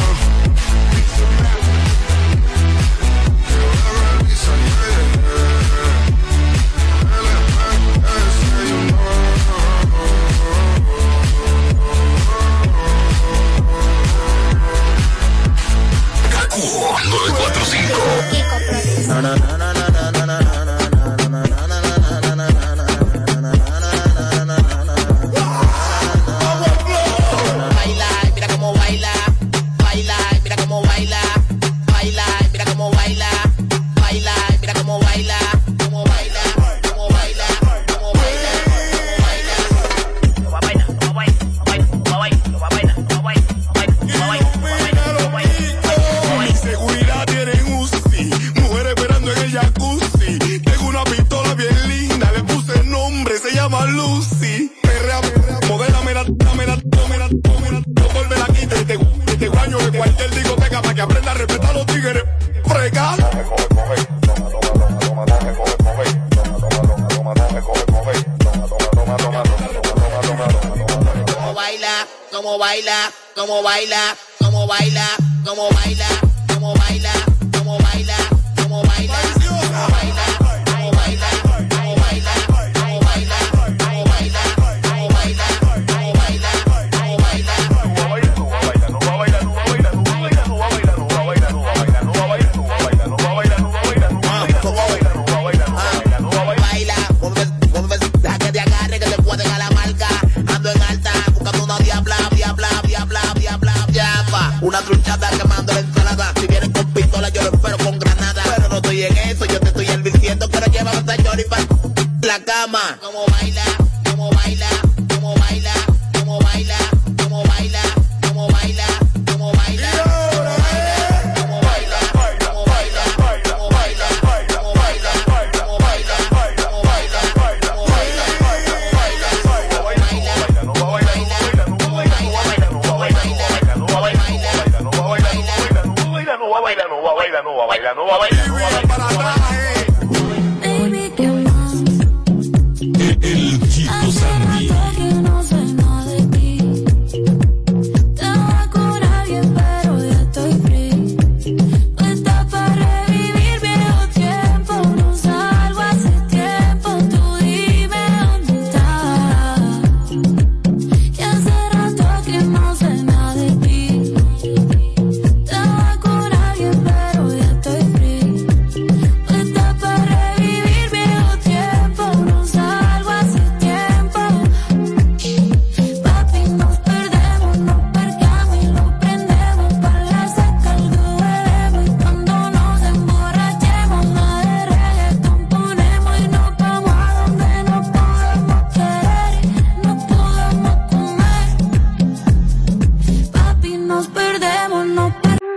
Baila, mira cómo baila. Baila, mira cómo baila. Baila, mira cómo baila. Baila, mira cómo baila. Cómo baila, cómo baila, cómo baila, cómo baila. Cómo baila, cómo baila, cómo baila, cómo baila, cómo baila, cómo baila, cómo baila, cómo baila.
Seguridad tiene un UCI, mujer esperando en el jacuzzi. Tengo una pistola bien linda, le puse el nombre, se llama Lucy. Perrea, perrea, modela, mira, mira, mira, mira, volve la quita y te, y te guaño de cualquier discoteca para que aprenda a respetar a los tigres. Frega.
Cómo baila, cómo baila, cómo baila, cómo baila, cómo baila, cómo baila, cómo baila, cómo baila, cómo baila, cómo baila, cómo baila, cómo baila, cómo baila, cómo baila, cómo baila, cómo baila. Baila, vuelve, vuelve, deja que te agarre, que te cuenten a la marca. Ando en alta, buscando una diabla, diabla, diabla, diabla, diabla. Una truchada quemando la ensalada. Si vienen con pistola, yo lo espero con granada. Pero no estoy en eso, yo te estoy advirtiendo. Pero llévame a señor y pa' la cama. Como baila,